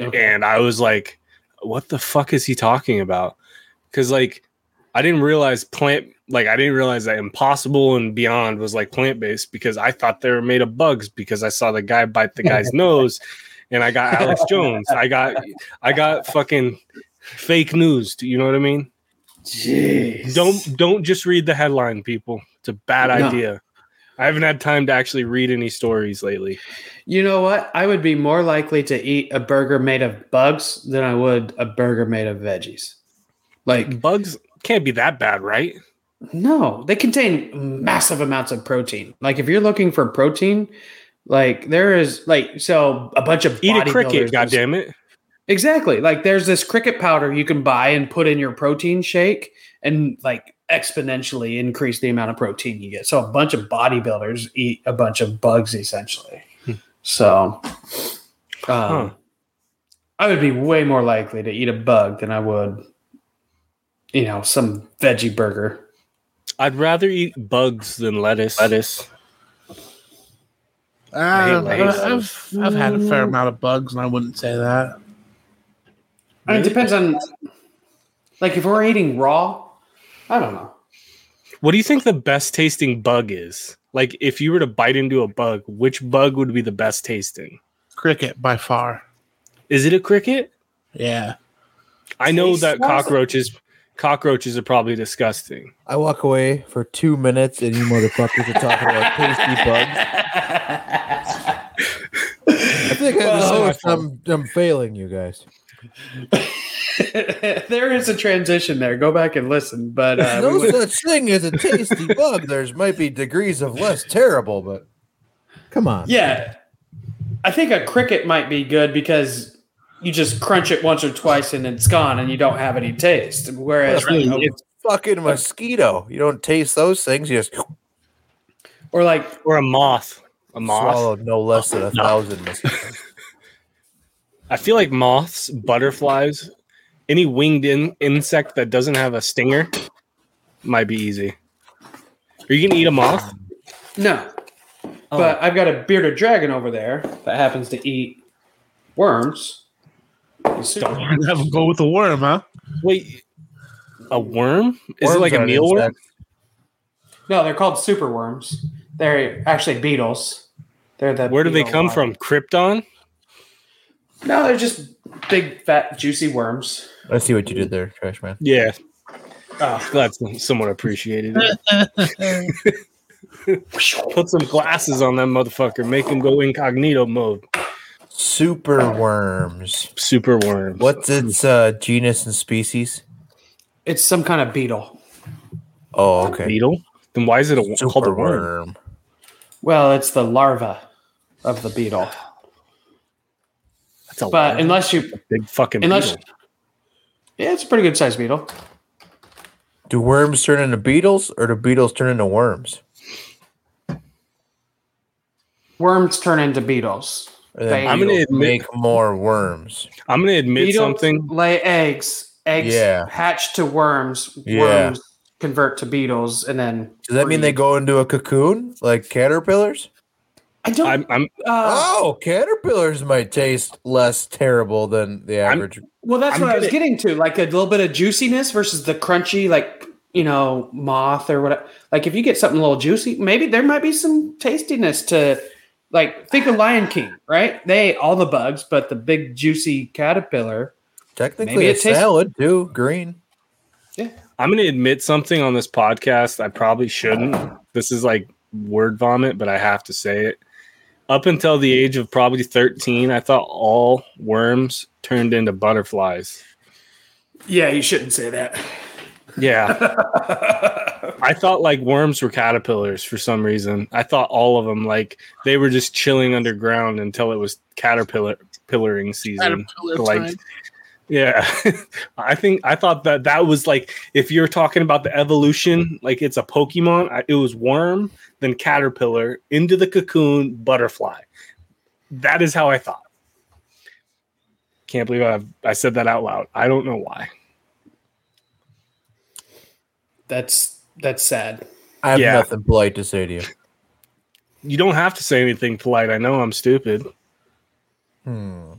Speaker 3: Okay.
Speaker 5: And I was like, what the fuck is he talking about? Because, like, I didn't realize plant, like, I didn't realize that Impossible and Beyond was like plant based because I thought they were made of bugs because I saw the guy bite the guy's nose and I got Alex Jones. I got, I got fucking fake news. Do you know what I mean? Don't, don't just read the headline, people. It's a bad
Speaker 3: No.
Speaker 5: idea. I haven't had time to actually read any stories lately.
Speaker 3: You know what? I would be more likely to eat a burger made of bugs than I would a burger made of veggies. Like,
Speaker 5: Bugs can't be that bad, right?
Speaker 3: no, they contain massive amounts of protein. Like, if you're looking for protein, like there is like so a bunch of
Speaker 5: Eat a
Speaker 3: bodybuilders-
Speaker 5: cricket, goddamn it!
Speaker 3: Exactly. Like there's this cricket powder you can buy and put in your protein shake and like exponentially increase the amount of protein you get. So a bunch of bodybuilders eat a bunch of bugs essentially. so um,
Speaker 5: Huh.
Speaker 3: I would be way more likely to eat a bug than I would, you know, some veggie burger.
Speaker 5: I'd rather eat bugs than lettuce. Lettuce. I hate
Speaker 4: Uh,
Speaker 5: lettuce.
Speaker 4: I've, I've had a fair amount of bugs, and I wouldn't say that.
Speaker 3: I mean, it depends on like if we're eating raw, I don't know.
Speaker 5: What do you think the best tasting bug is? Like, if you were to bite into a bug, which bug would be the best tasting?
Speaker 4: Cricket by far.
Speaker 5: Is it a cricket?
Speaker 4: Yeah.
Speaker 5: I know that
Speaker 3: Tastes awesome.
Speaker 5: cockroaches cockroaches are probably disgusting.
Speaker 2: I walk away for two minutes, and you motherfuckers are talking about tasty bugs. I feel like I
Speaker 5: Well-
Speaker 2: am I'm failing you guys.
Speaker 3: there is a transition there. Go back and listen. But uh, we
Speaker 2: no
Speaker 3: went-
Speaker 2: such thing as a tasty bug. There's might be degrees of less terrible, but come on.
Speaker 3: yeah, I think a cricket might be good because you just crunch it once or twice and it's gone, and you don't have any taste. Whereas,
Speaker 4: That's right.
Speaker 3: it's-
Speaker 2: Fucking mosquito. You don't taste those things. You just
Speaker 3: or like
Speaker 5: Or a moth. A moth.
Speaker 2: swallow no less than a thousand mosquitoes.
Speaker 5: I feel like moths, butterflies, any winged in- insect that doesn't have a stinger might be easy. Are you gonna eat a moth?
Speaker 3: no,
Speaker 5: Oh.
Speaker 3: but I've got a bearded dragon over there that happens to eat worms. He's super-
Speaker 4: Have a go with a worm, huh?
Speaker 5: Wait, a worm? Is
Speaker 2: Worms
Speaker 5: it like a
Speaker 2: aren't
Speaker 5: mealworm?
Speaker 2: insects.
Speaker 3: No, they're called superworms. They're actually beetles. They're the
Speaker 5: Where do they
Speaker 3: beetle
Speaker 5: come
Speaker 3: larvae.
Speaker 5: from? Krypton?
Speaker 3: No, they're just big, fat, juicy worms.
Speaker 2: I see what you did there, trash man.
Speaker 5: Yeah. Glad some- someone appreciated it. Put some glasses on that motherfucker. Make him go incognito mode.
Speaker 2: Super worms.
Speaker 5: Super worm.
Speaker 2: What's its uh, genus and species?
Speaker 3: It's some kind of beetle.
Speaker 2: Oh, okay.
Speaker 5: beetle? Then why is it a, called a
Speaker 2: Super
Speaker 5: worm?
Speaker 2: worm.
Speaker 3: Well, it's the larva of the beetle.
Speaker 5: That's a
Speaker 3: But
Speaker 5: large,
Speaker 3: unless you,
Speaker 5: big fucking
Speaker 3: unless,
Speaker 5: beetle.
Speaker 3: yeah, it's a pretty good sized beetle.
Speaker 2: Do worms turn into beetles or do beetles turn into worms?
Speaker 3: Worms turn into beetles.
Speaker 2: And then
Speaker 3: They-
Speaker 5: I'm gonna
Speaker 2: beetles
Speaker 5: admit-
Speaker 2: make more worms.
Speaker 5: I'm gonna admit
Speaker 3: beetles
Speaker 5: something.
Speaker 3: lay eggs. Eggs
Speaker 2: Yeah.
Speaker 3: hatch to worms.
Speaker 2: Yeah.
Speaker 3: Worms convert to beetles, and then
Speaker 2: Does that mean they go into a cocoon like caterpillars?
Speaker 3: I don't.
Speaker 5: I'm, I'm
Speaker 3: uh,
Speaker 2: oh, caterpillars might taste less terrible than the
Speaker 5: I'm-
Speaker 2: average.
Speaker 3: well, that's
Speaker 5: I'm
Speaker 3: what I was
Speaker 5: gonna-
Speaker 3: getting to. Like a little bit of juiciness versus the crunchy, like you know, moth or whatever. Like if you get something a little juicy, maybe there might be some tastiness to. Like think of Lion King, right? They ate all the bugs, but the big juicy caterpillar.
Speaker 2: Technically,
Speaker 3: maybe
Speaker 2: a
Speaker 3: it tastes-
Speaker 2: salad too. Green.
Speaker 5: I'm gonna admit something on this podcast. I probably shouldn't. This is like word vomit, but I have to say it. Up until the age of probably 13, I thought all worms turned into butterflies.
Speaker 3: Yeah, you shouldn't say that.
Speaker 5: Yeah. I thought like worms were caterpillars for some reason. I thought all of them like they were just chilling underground until it was caterpillar pillaring season.
Speaker 4: Caterpillar
Speaker 5: Like
Speaker 4: time.
Speaker 5: yeah. I think I thought that that was like if you're talking about the evolution, like it's a Pokemon, I, it was worm, then caterpillar, into the cocoon, butterfly. That is how I thought. Can't believe I I said that out loud. I don't know why.
Speaker 3: That's that's sad.
Speaker 2: I have
Speaker 5: Yeah.
Speaker 2: nothing polite to say to you.
Speaker 5: You don't have to say anything polite. I know I'm stupid.
Speaker 2: Hmm.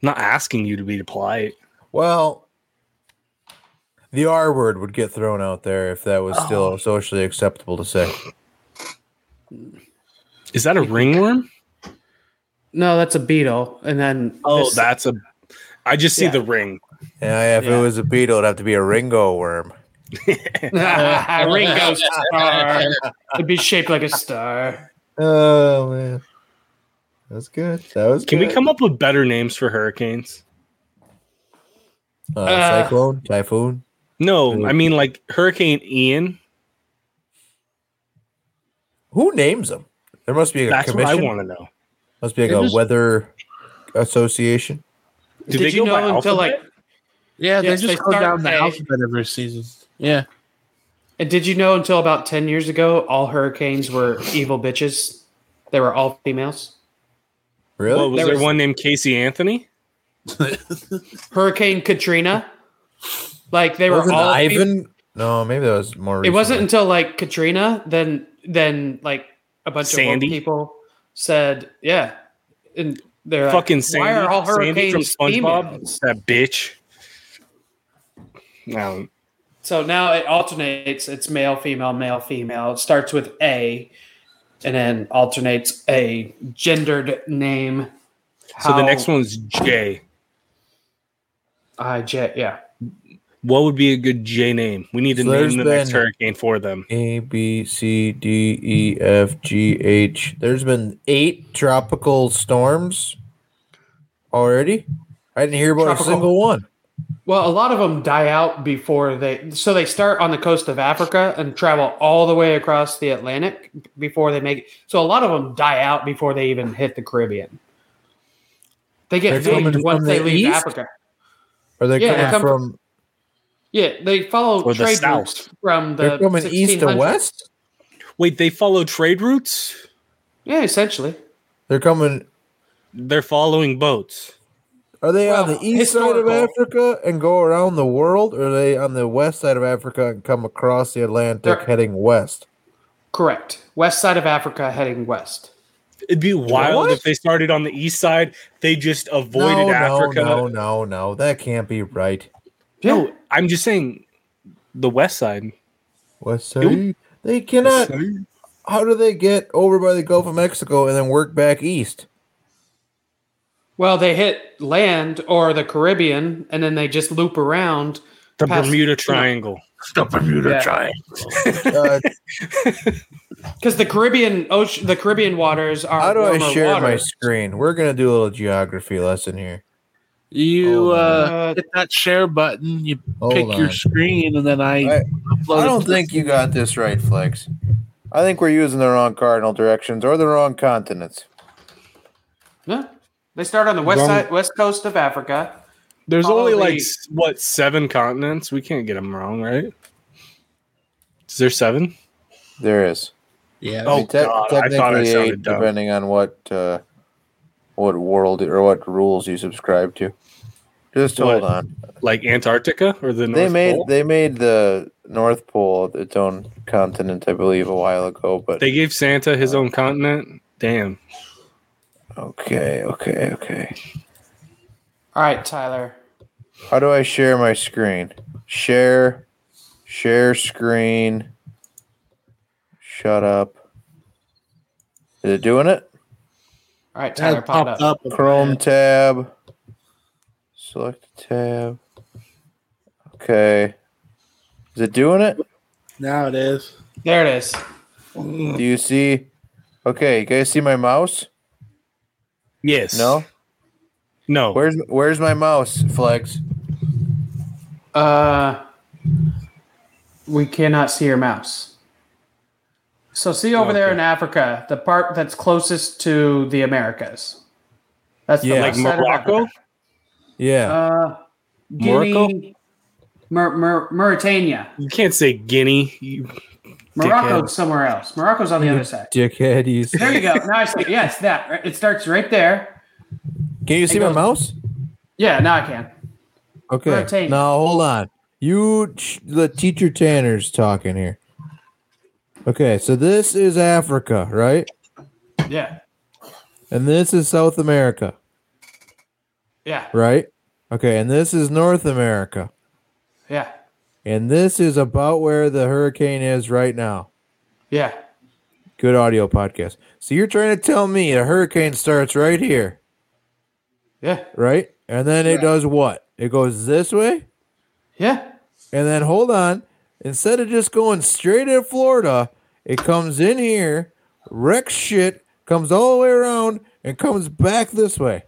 Speaker 5: not asking you to be polite.
Speaker 2: Well, the R word would get thrown out there if that was
Speaker 3: Oh.
Speaker 2: still socially acceptable to say.
Speaker 5: Is that a ringworm?
Speaker 3: No, that's a beetle, and then
Speaker 5: Oh,
Speaker 3: this-
Speaker 5: that's a. I just see
Speaker 3: Yeah.
Speaker 5: the ring.
Speaker 2: Yeah, if
Speaker 3: Yeah.
Speaker 2: it was a beetle, it'd have to be a Ringo worm.
Speaker 3: Ringo Star. It'd be shaped like a star.
Speaker 2: Oh man, that's good. That was.
Speaker 5: Can we
Speaker 2: good.
Speaker 5: come up with better names for hurricanes?
Speaker 2: Uh,
Speaker 3: Uh,
Speaker 2: cyclone, typhoon.
Speaker 5: No, I mean like Hurricane Ian.
Speaker 2: Who names them? There must be a
Speaker 5: That's what
Speaker 2: commission.
Speaker 5: I want to know.
Speaker 2: Must be like
Speaker 4: They're
Speaker 2: a
Speaker 4: just-
Speaker 2: weather association.
Speaker 5: Do
Speaker 3: Did
Speaker 5: they
Speaker 3: you
Speaker 5: go
Speaker 3: know
Speaker 5: by
Speaker 3: until
Speaker 5: alphabet?
Speaker 3: like
Speaker 4: Yeah,
Speaker 3: Yes,
Speaker 4: they
Speaker 3: they
Speaker 4: just go
Speaker 3: start
Speaker 4: down the
Speaker 3: A.
Speaker 4: alphabet every season. Yeah.
Speaker 3: And did you know until about 10 years ago, all hurricanes were evil bitches? They were all females.
Speaker 2: Really?
Speaker 5: Well, was
Speaker 3: there
Speaker 5: there
Speaker 3: was-
Speaker 5: one named Casey Anthony?
Speaker 3: Hurricane Katrina, like they were
Speaker 2: Wasn't
Speaker 3: all. fe-
Speaker 2: Ivan? No, maybe that was more.
Speaker 3: It
Speaker 2: Recently.
Speaker 3: wasn't until like Katrina, then then like a bunch
Speaker 5: Sandy?
Speaker 3: of woke people said, yeah, and they're like,
Speaker 5: Fucking Sandy.
Speaker 3: Why are all
Speaker 5: Sandy from
Speaker 3: hurricanes
Speaker 5: SpongeBob.
Speaker 3: females?
Speaker 5: That bitch. No,
Speaker 3: So now it alternates. It's male, female, male, female. It starts with A, and then alternates a gendered name.
Speaker 5: so the next one's J.
Speaker 3: I J. Yeah.
Speaker 5: What would be a good J name? We need to
Speaker 2: So
Speaker 5: name
Speaker 2: there's
Speaker 5: the next
Speaker 2: been-
Speaker 5: hurricane for them.
Speaker 2: A B C D E F G H. There's been eight tropical storms already. I didn't hear about
Speaker 3: Tropical.
Speaker 2: a single one.
Speaker 3: Well, a lot of them die out before they. So they start on the coast of Africa and travel all the way across the Atlantic before they make. So a lot of them die out before they even hit the Caribbean. They get
Speaker 2: They're coming
Speaker 3: named once
Speaker 2: from
Speaker 3: they
Speaker 2: the
Speaker 3: leave
Speaker 2: east?
Speaker 3: Africa.
Speaker 2: Are they
Speaker 3: Yeah, they
Speaker 2: coming
Speaker 3: come
Speaker 2: from?
Speaker 3: Yeah, they follow
Speaker 5: Or the
Speaker 3: trade
Speaker 5: south.
Speaker 3: routes from the.
Speaker 2: they're coming east to
Speaker 3: 1600s.
Speaker 2: west.
Speaker 5: Wait, they follow trade routes?
Speaker 3: Yeah, essentially.
Speaker 2: They're coming.
Speaker 5: They're following boats.
Speaker 2: Are they on
Speaker 3: Well,
Speaker 2: the east side of
Speaker 3: historical.
Speaker 2: Africa and go around the world, or are they on the west side of Africa and come across the Atlantic
Speaker 3: They're-
Speaker 2: heading west?
Speaker 3: Correct. West side of Africa heading west.
Speaker 5: It'd be wild
Speaker 2: What?
Speaker 5: if they started on the east side. They just avoided
Speaker 2: no,
Speaker 5: Africa.
Speaker 2: no, no, no, no. That can't be right.
Speaker 3: Yeah.
Speaker 5: I'm just saying, the west side.
Speaker 2: West side. They cannot. How do they get over by the Gulf of Mexico and then work back east?
Speaker 3: Well, they hit land or the Caribbean and then they just loop around.
Speaker 5: The
Speaker 3: Past-
Speaker 5: Bermuda Triangle.
Speaker 4: The Bermuda
Speaker 3: Yeah.
Speaker 2: Uh,
Speaker 3: Because the Caribbean ocean, the Caribbean waters are.
Speaker 2: how do I
Speaker 3: warmer
Speaker 2: share my
Speaker 3: waters.
Speaker 2: screen? We're gonna do a little geography lesson here.
Speaker 4: You
Speaker 3: Oh,
Speaker 2: Hold on.
Speaker 4: uh, hit that share button, you
Speaker 2: Hold
Speaker 4: pick your
Speaker 2: on.
Speaker 4: screen, and then I,
Speaker 2: I-
Speaker 4: upload
Speaker 2: I
Speaker 4: it
Speaker 2: don't
Speaker 4: to the-
Speaker 2: think you got this right, Flex. I think we're using the wrong cardinal directions or the wrong continents.
Speaker 3: Yeah. They start on the west
Speaker 5: Wrong-
Speaker 3: side, west coast of Africa.
Speaker 5: There's
Speaker 3: Follow
Speaker 5: only like
Speaker 3: the-
Speaker 5: s- what seven continents. We can't get them wrong, right? Is there seven?
Speaker 2: There is.
Speaker 4: Yeah.
Speaker 5: Oh,
Speaker 2: Te-
Speaker 5: God, I thought I
Speaker 2: technically
Speaker 5: sounded
Speaker 2: eight,
Speaker 5: dumb.
Speaker 2: depending on what uh, what world or what rules you subscribe to. Just
Speaker 5: What?
Speaker 2: hold on.
Speaker 5: Like Antarctica or the North
Speaker 2: they made
Speaker 5: Pole?
Speaker 2: they made the North Pole its own continent, I believe, a while ago. But
Speaker 5: They gave Santa
Speaker 2: Uh,
Speaker 5: his own continent. Damn.
Speaker 2: okay, okay, okay.
Speaker 3: All right, Tyler.
Speaker 2: How do I share my screen? Share, share screen. Shut up. Is it doing it?
Speaker 3: All right, Tyler,
Speaker 4: That
Speaker 3: pop it
Speaker 4: popped
Speaker 3: up.
Speaker 4: up.
Speaker 2: Chrome tab. Select the tab. Okay. Is it doing it?
Speaker 4: Now it is.
Speaker 3: There it is.
Speaker 2: Do you see? Okay, you guys see my mouse?
Speaker 5: Yes.
Speaker 2: No.
Speaker 5: No.
Speaker 2: Where's Where's my mouse, Flex?
Speaker 3: Uh, we cannot see your mouse. So see over there
Speaker 5: Okay.
Speaker 3: in Africa, the part that's closest to the Americas. That's the
Speaker 2: Yeah.
Speaker 5: like
Speaker 3: west side of
Speaker 5: Morocco?
Speaker 3: Africa.
Speaker 2: Yeah.
Speaker 3: Uh,
Speaker 5: Morocco?
Speaker 3: Guinea, Mur- Mur- Mauritania,
Speaker 5: You can't say Guinea. You-
Speaker 3: Morocco's somewhere else. Morocco's on the other side.
Speaker 2: Dickhead. You
Speaker 3: There you go. Now I see. it. Yes, that. right? It starts right there.
Speaker 2: Can you see my
Speaker 3: goes-
Speaker 2: mouse?
Speaker 3: Yeah, now I can.
Speaker 2: Okay.
Speaker 3: rotate.
Speaker 2: Now hold on. You sh- the teacher Tanner's talking here. Okay, so this is Africa, right?
Speaker 3: Yeah,
Speaker 2: And this is South America,
Speaker 3: yeah,
Speaker 2: right? Okay, and this is North America.
Speaker 3: yeah,
Speaker 2: And this is about where the hurricane is right now.
Speaker 3: yeah.
Speaker 2: Good audio podcast. So you're trying to tell me a hurricane starts right here,
Speaker 3: Yeah,
Speaker 2: right? And then it does what? It goes this way?
Speaker 3: yeah.
Speaker 2: And then hold on. Instead of just going straight at Florida, it comes in here, wrecks shit, comes all the way around, and comes back this way.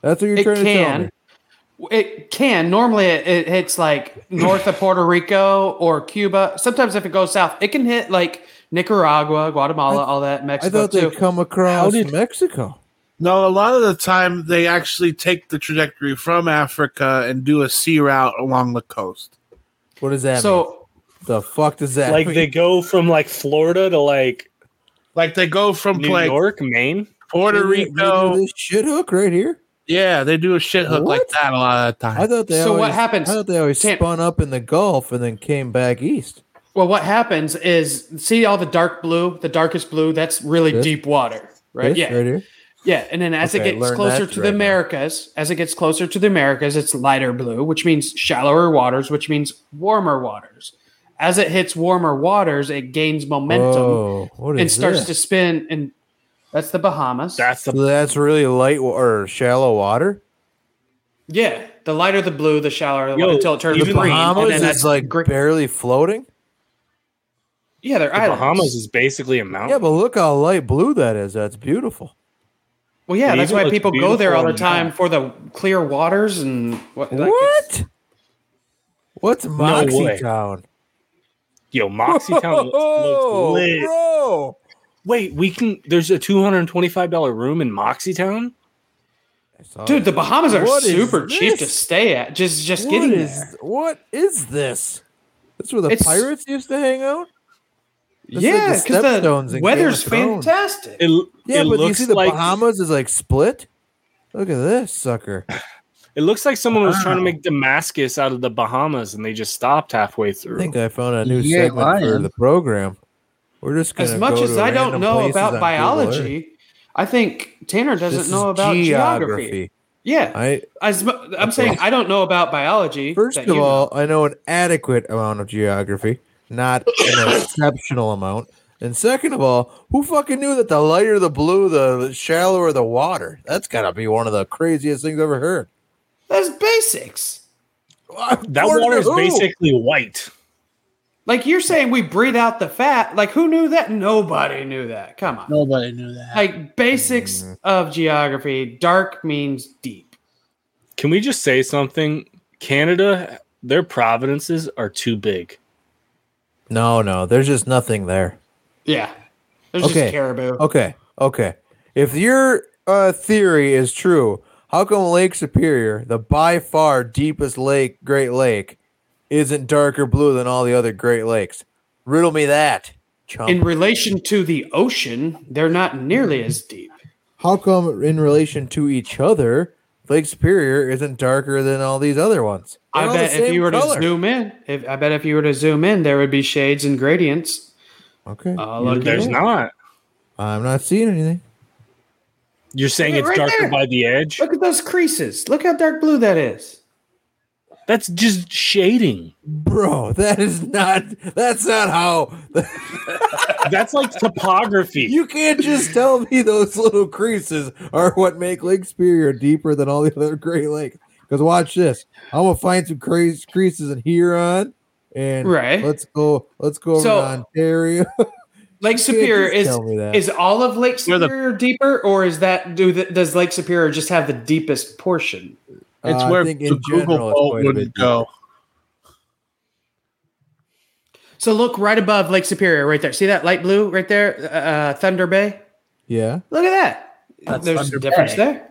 Speaker 2: That's what you're
Speaker 3: It
Speaker 2: trying to tell me.
Speaker 3: can. It can. Normally, it, it hits like north of Puerto Rico or Cuba. Sometimes, if it goes south, it can hit like Nicaragua, Guatemala, all that
Speaker 2: I
Speaker 3: Mexico
Speaker 2: thought
Speaker 3: too.
Speaker 2: they'd come across
Speaker 5: did-
Speaker 2: Mexico.
Speaker 4: No, a lot of the time they actually take the trajectory from Africa and do a sea route along the coast.
Speaker 2: What does that mean?
Speaker 3: so
Speaker 2: The fuck does that
Speaker 5: Like
Speaker 2: mean?
Speaker 5: they go from like Florida to like
Speaker 4: Like they go from
Speaker 5: New
Speaker 4: like
Speaker 5: York, Maine.
Speaker 4: Puerto
Speaker 2: They do
Speaker 4: Rico.
Speaker 2: This shit hook right here.
Speaker 4: Yeah, they do a shit hook like
Speaker 2: What?
Speaker 4: that a lot of the
Speaker 2: I
Speaker 4: time.
Speaker 2: thought they.
Speaker 3: So what
Speaker 2: always-
Speaker 3: happens-
Speaker 2: I thought they always
Speaker 3: Tan-
Speaker 2: spun up in the Gulf and then came back east.
Speaker 3: Well, what happens is see all the dark blue, the darkest blue. That's really
Speaker 2: This?
Speaker 3: deep water, right?
Speaker 2: This
Speaker 3: yeah,
Speaker 2: right here.
Speaker 3: yeah. And then as
Speaker 2: Okay, I
Speaker 3: it gets
Speaker 2: learned
Speaker 3: closer
Speaker 2: that
Speaker 3: to
Speaker 2: right
Speaker 3: the
Speaker 2: now.
Speaker 3: Americas, as it gets closer to the Americas, it's lighter blue, which means shallower waters, which means warmer waters. As it hits warmer waters, it gains momentum
Speaker 2: Whoa, what is
Speaker 3: and starts
Speaker 2: this?
Speaker 3: to spin. And that's the Bahamas.
Speaker 5: That's the
Speaker 2: So that's really light wa- or shallow water.
Speaker 3: yeah, the lighter the blue, the shallower the
Speaker 5: Yo,
Speaker 3: water until it turns
Speaker 5: even
Speaker 3: green.
Speaker 2: The Bahamas
Speaker 3: and then
Speaker 2: is
Speaker 3: that's
Speaker 2: like
Speaker 3: gre-
Speaker 2: barely floating.
Speaker 3: yeah, they're
Speaker 5: the
Speaker 3: islands.
Speaker 5: Bahamas is basically a mountain.
Speaker 2: Yeah, but look how light blue that is. That's beautiful.
Speaker 3: Well, yeah,
Speaker 5: It
Speaker 3: that's
Speaker 5: even
Speaker 3: why
Speaker 5: looks
Speaker 3: people go there all the
Speaker 5: beautiful on the
Speaker 3: time for the clear waters and what. like, it's-
Speaker 2: what? What's Moxie
Speaker 5: way.
Speaker 2: Town?
Speaker 5: Yo, Moxie Town looks-
Speaker 2: Whoa,
Speaker 5: looks lit.
Speaker 2: bro.
Speaker 5: Wait, we can. There's a two hundred and twenty-five dollar room in Moxie Town.
Speaker 2: I saw
Speaker 3: Dude, the Bahamas are
Speaker 2: What is
Speaker 3: super cheap to
Speaker 2: this?
Speaker 3: stay at. Just just
Speaker 2: What
Speaker 3: getting
Speaker 2: is-
Speaker 3: there.
Speaker 2: What is this? That's where the
Speaker 3: It's-
Speaker 2: pirates used to hang out. This is like
Speaker 3: Yeah,
Speaker 2: the
Speaker 3: because
Speaker 2: Stepstones
Speaker 3: the,
Speaker 2: in Game
Speaker 3: weather's
Speaker 2: of Thrones.
Speaker 3: fantastic.
Speaker 5: It,
Speaker 2: Yeah, but
Speaker 5: it
Speaker 2: you
Speaker 5: looks
Speaker 2: see the
Speaker 5: like
Speaker 2: Bahamas is like split. Look at this sucker.
Speaker 5: it looks like someone was trying to
Speaker 4: Wow.
Speaker 5: make Damascus out of the Bahamas, and they just stopped halfway
Speaker 2: I
Speaker 5: through.
Speaker 2: think I found a new
Speaker 6: You ain't
Speaker 2: segment for
Speaker 6: lying.
Speaker 2: the program. We're just gonna
Speaker 3: as much
Speaker 2: go
Speaker 3: as
Speaker 2: to
Speaker 3: I don't
Speaker 2: random
Speaker 3: know
Speaker 2: places on
Speaker 3: about
Speaker 2: Google Earth.
Speaker 3: biology, I think Tanner doesn't
Speaker 2: This
Speaker 3: know
Speaker 2: is
Speaker 3: about geography. Yeah,
Speaker 2: I
Speaker 3: as, mu- I'm saying I don't know about biology.
Speaker 2: First
Speaker 3: that
Speaker 2: of
Speaker 3: you know.
Speaker 2: all, I know an adequate amount of geography, not an exceptional amount. And second of all, who fucking knew that the lighter the blue, the shallower the water? That's gotta be one of the craziest things I've ever heard.
Speaker 3: that's basics.
Speaker 5: that
Speaker 2: According
Speaker 5: water
Speaker 2: to
Speaker 5: is
Speaker 2: who?
Speaker 5: basically white.
Speaker 3: Like you're saying, we breathe out the fat. Like who knew that? Nobody knew that. Come on.
Speaker 4: Nobody knew that.
Speaker 3: Like basics of geography. Dark means deep.
Speaker 5: Can we just say something? Canada, their provinces are too big.
Speaker 2: No, no, there's just nothing there.
Speaker 3: Yeah. There's
Speaker 2: Okay.
Speaker 3: just caribou.
Speaker 2: Okay, okay. If your uh, theory is true, how come Lake Superior, the by far deepest lake, Great Lake, isn't darker blue than all the other Great Lakes? Riddle me that. Chump.
Speaker 3: In relation to the ocean, they're not nearly as deep.
Speaker 2: how come in relation to each other, Lake Superior isn't darker than all these other ones? They're
Speaker 3: I
Speaker 2: all the
Speaker 3: bet if
Speaker 2: same
Speaker 3: you were
Speaker 2: color.
Speaker 3: to zoom in, if I bet if you were to zoom in, there would be shades and gradients.
Speaker 2: Okay,
Speaker 3: Uh, look
Speaker 5: There's
Speaker 3: here.
Speaker 5: not.
Speaker 2: I'm not seeing anything.
Speaker 5: You're saying
Speaker 3: Look
Speaker 5: it's
Speaker 3: at right
Speaker 5: darker
Speaker 3: there.
Speaker 5: by the edge?
Speaker 3: Look at those creases. Look how dark blue that is.
Speaker 5: That's just shading.
Speaker 2: Bro, that is not. That's not how.
Speaker 5: That's like topography.
Speaker 2: You can't just tell me those little creases are what make Lake Superior deeper than all the other Great Lakes. Because watch this, I'm gonna find some crazy creases in Huron, and
Speaker 3: Right.
Speaker 2: let's go, let's go over
Speaker 3: So-
Speaker 2: to Ontario. You
Speaker 3: Lake
Speaker 2: can't
Speaker 3: Superior
Speaker 2: just
Speaker 3: is
Speaker 2: tell me that.
Speaker 3: is all of Lake
Speaker 4: Where the-
Speaker 3: Superior deeper, or is that do the, does Lake Superior just have the deepest portion?
Speaker 4: It's
Speaker 2: Uh, I
Speaker 4: where
Speaker 2: think
Speaker 4: the Google
Speaker 2: general it's quite
Speaker 4: boat
Speaker 2: a
Speaker 4: wouldn't
Speaker 2: bit deeper.
Speaker 4: go.
Speaker 3: So look right above Lake Superior, right there. See that light blue right there, uh, Thunder Bay.
Speaker 2: Yeah,
Speaker 3: Look at that.
Speaker 6: That's
Speaker 3: There's
Speaker 6: Thunder
Speaker 3: a difference
Speaker 6: Bay.
Speaker 3: there.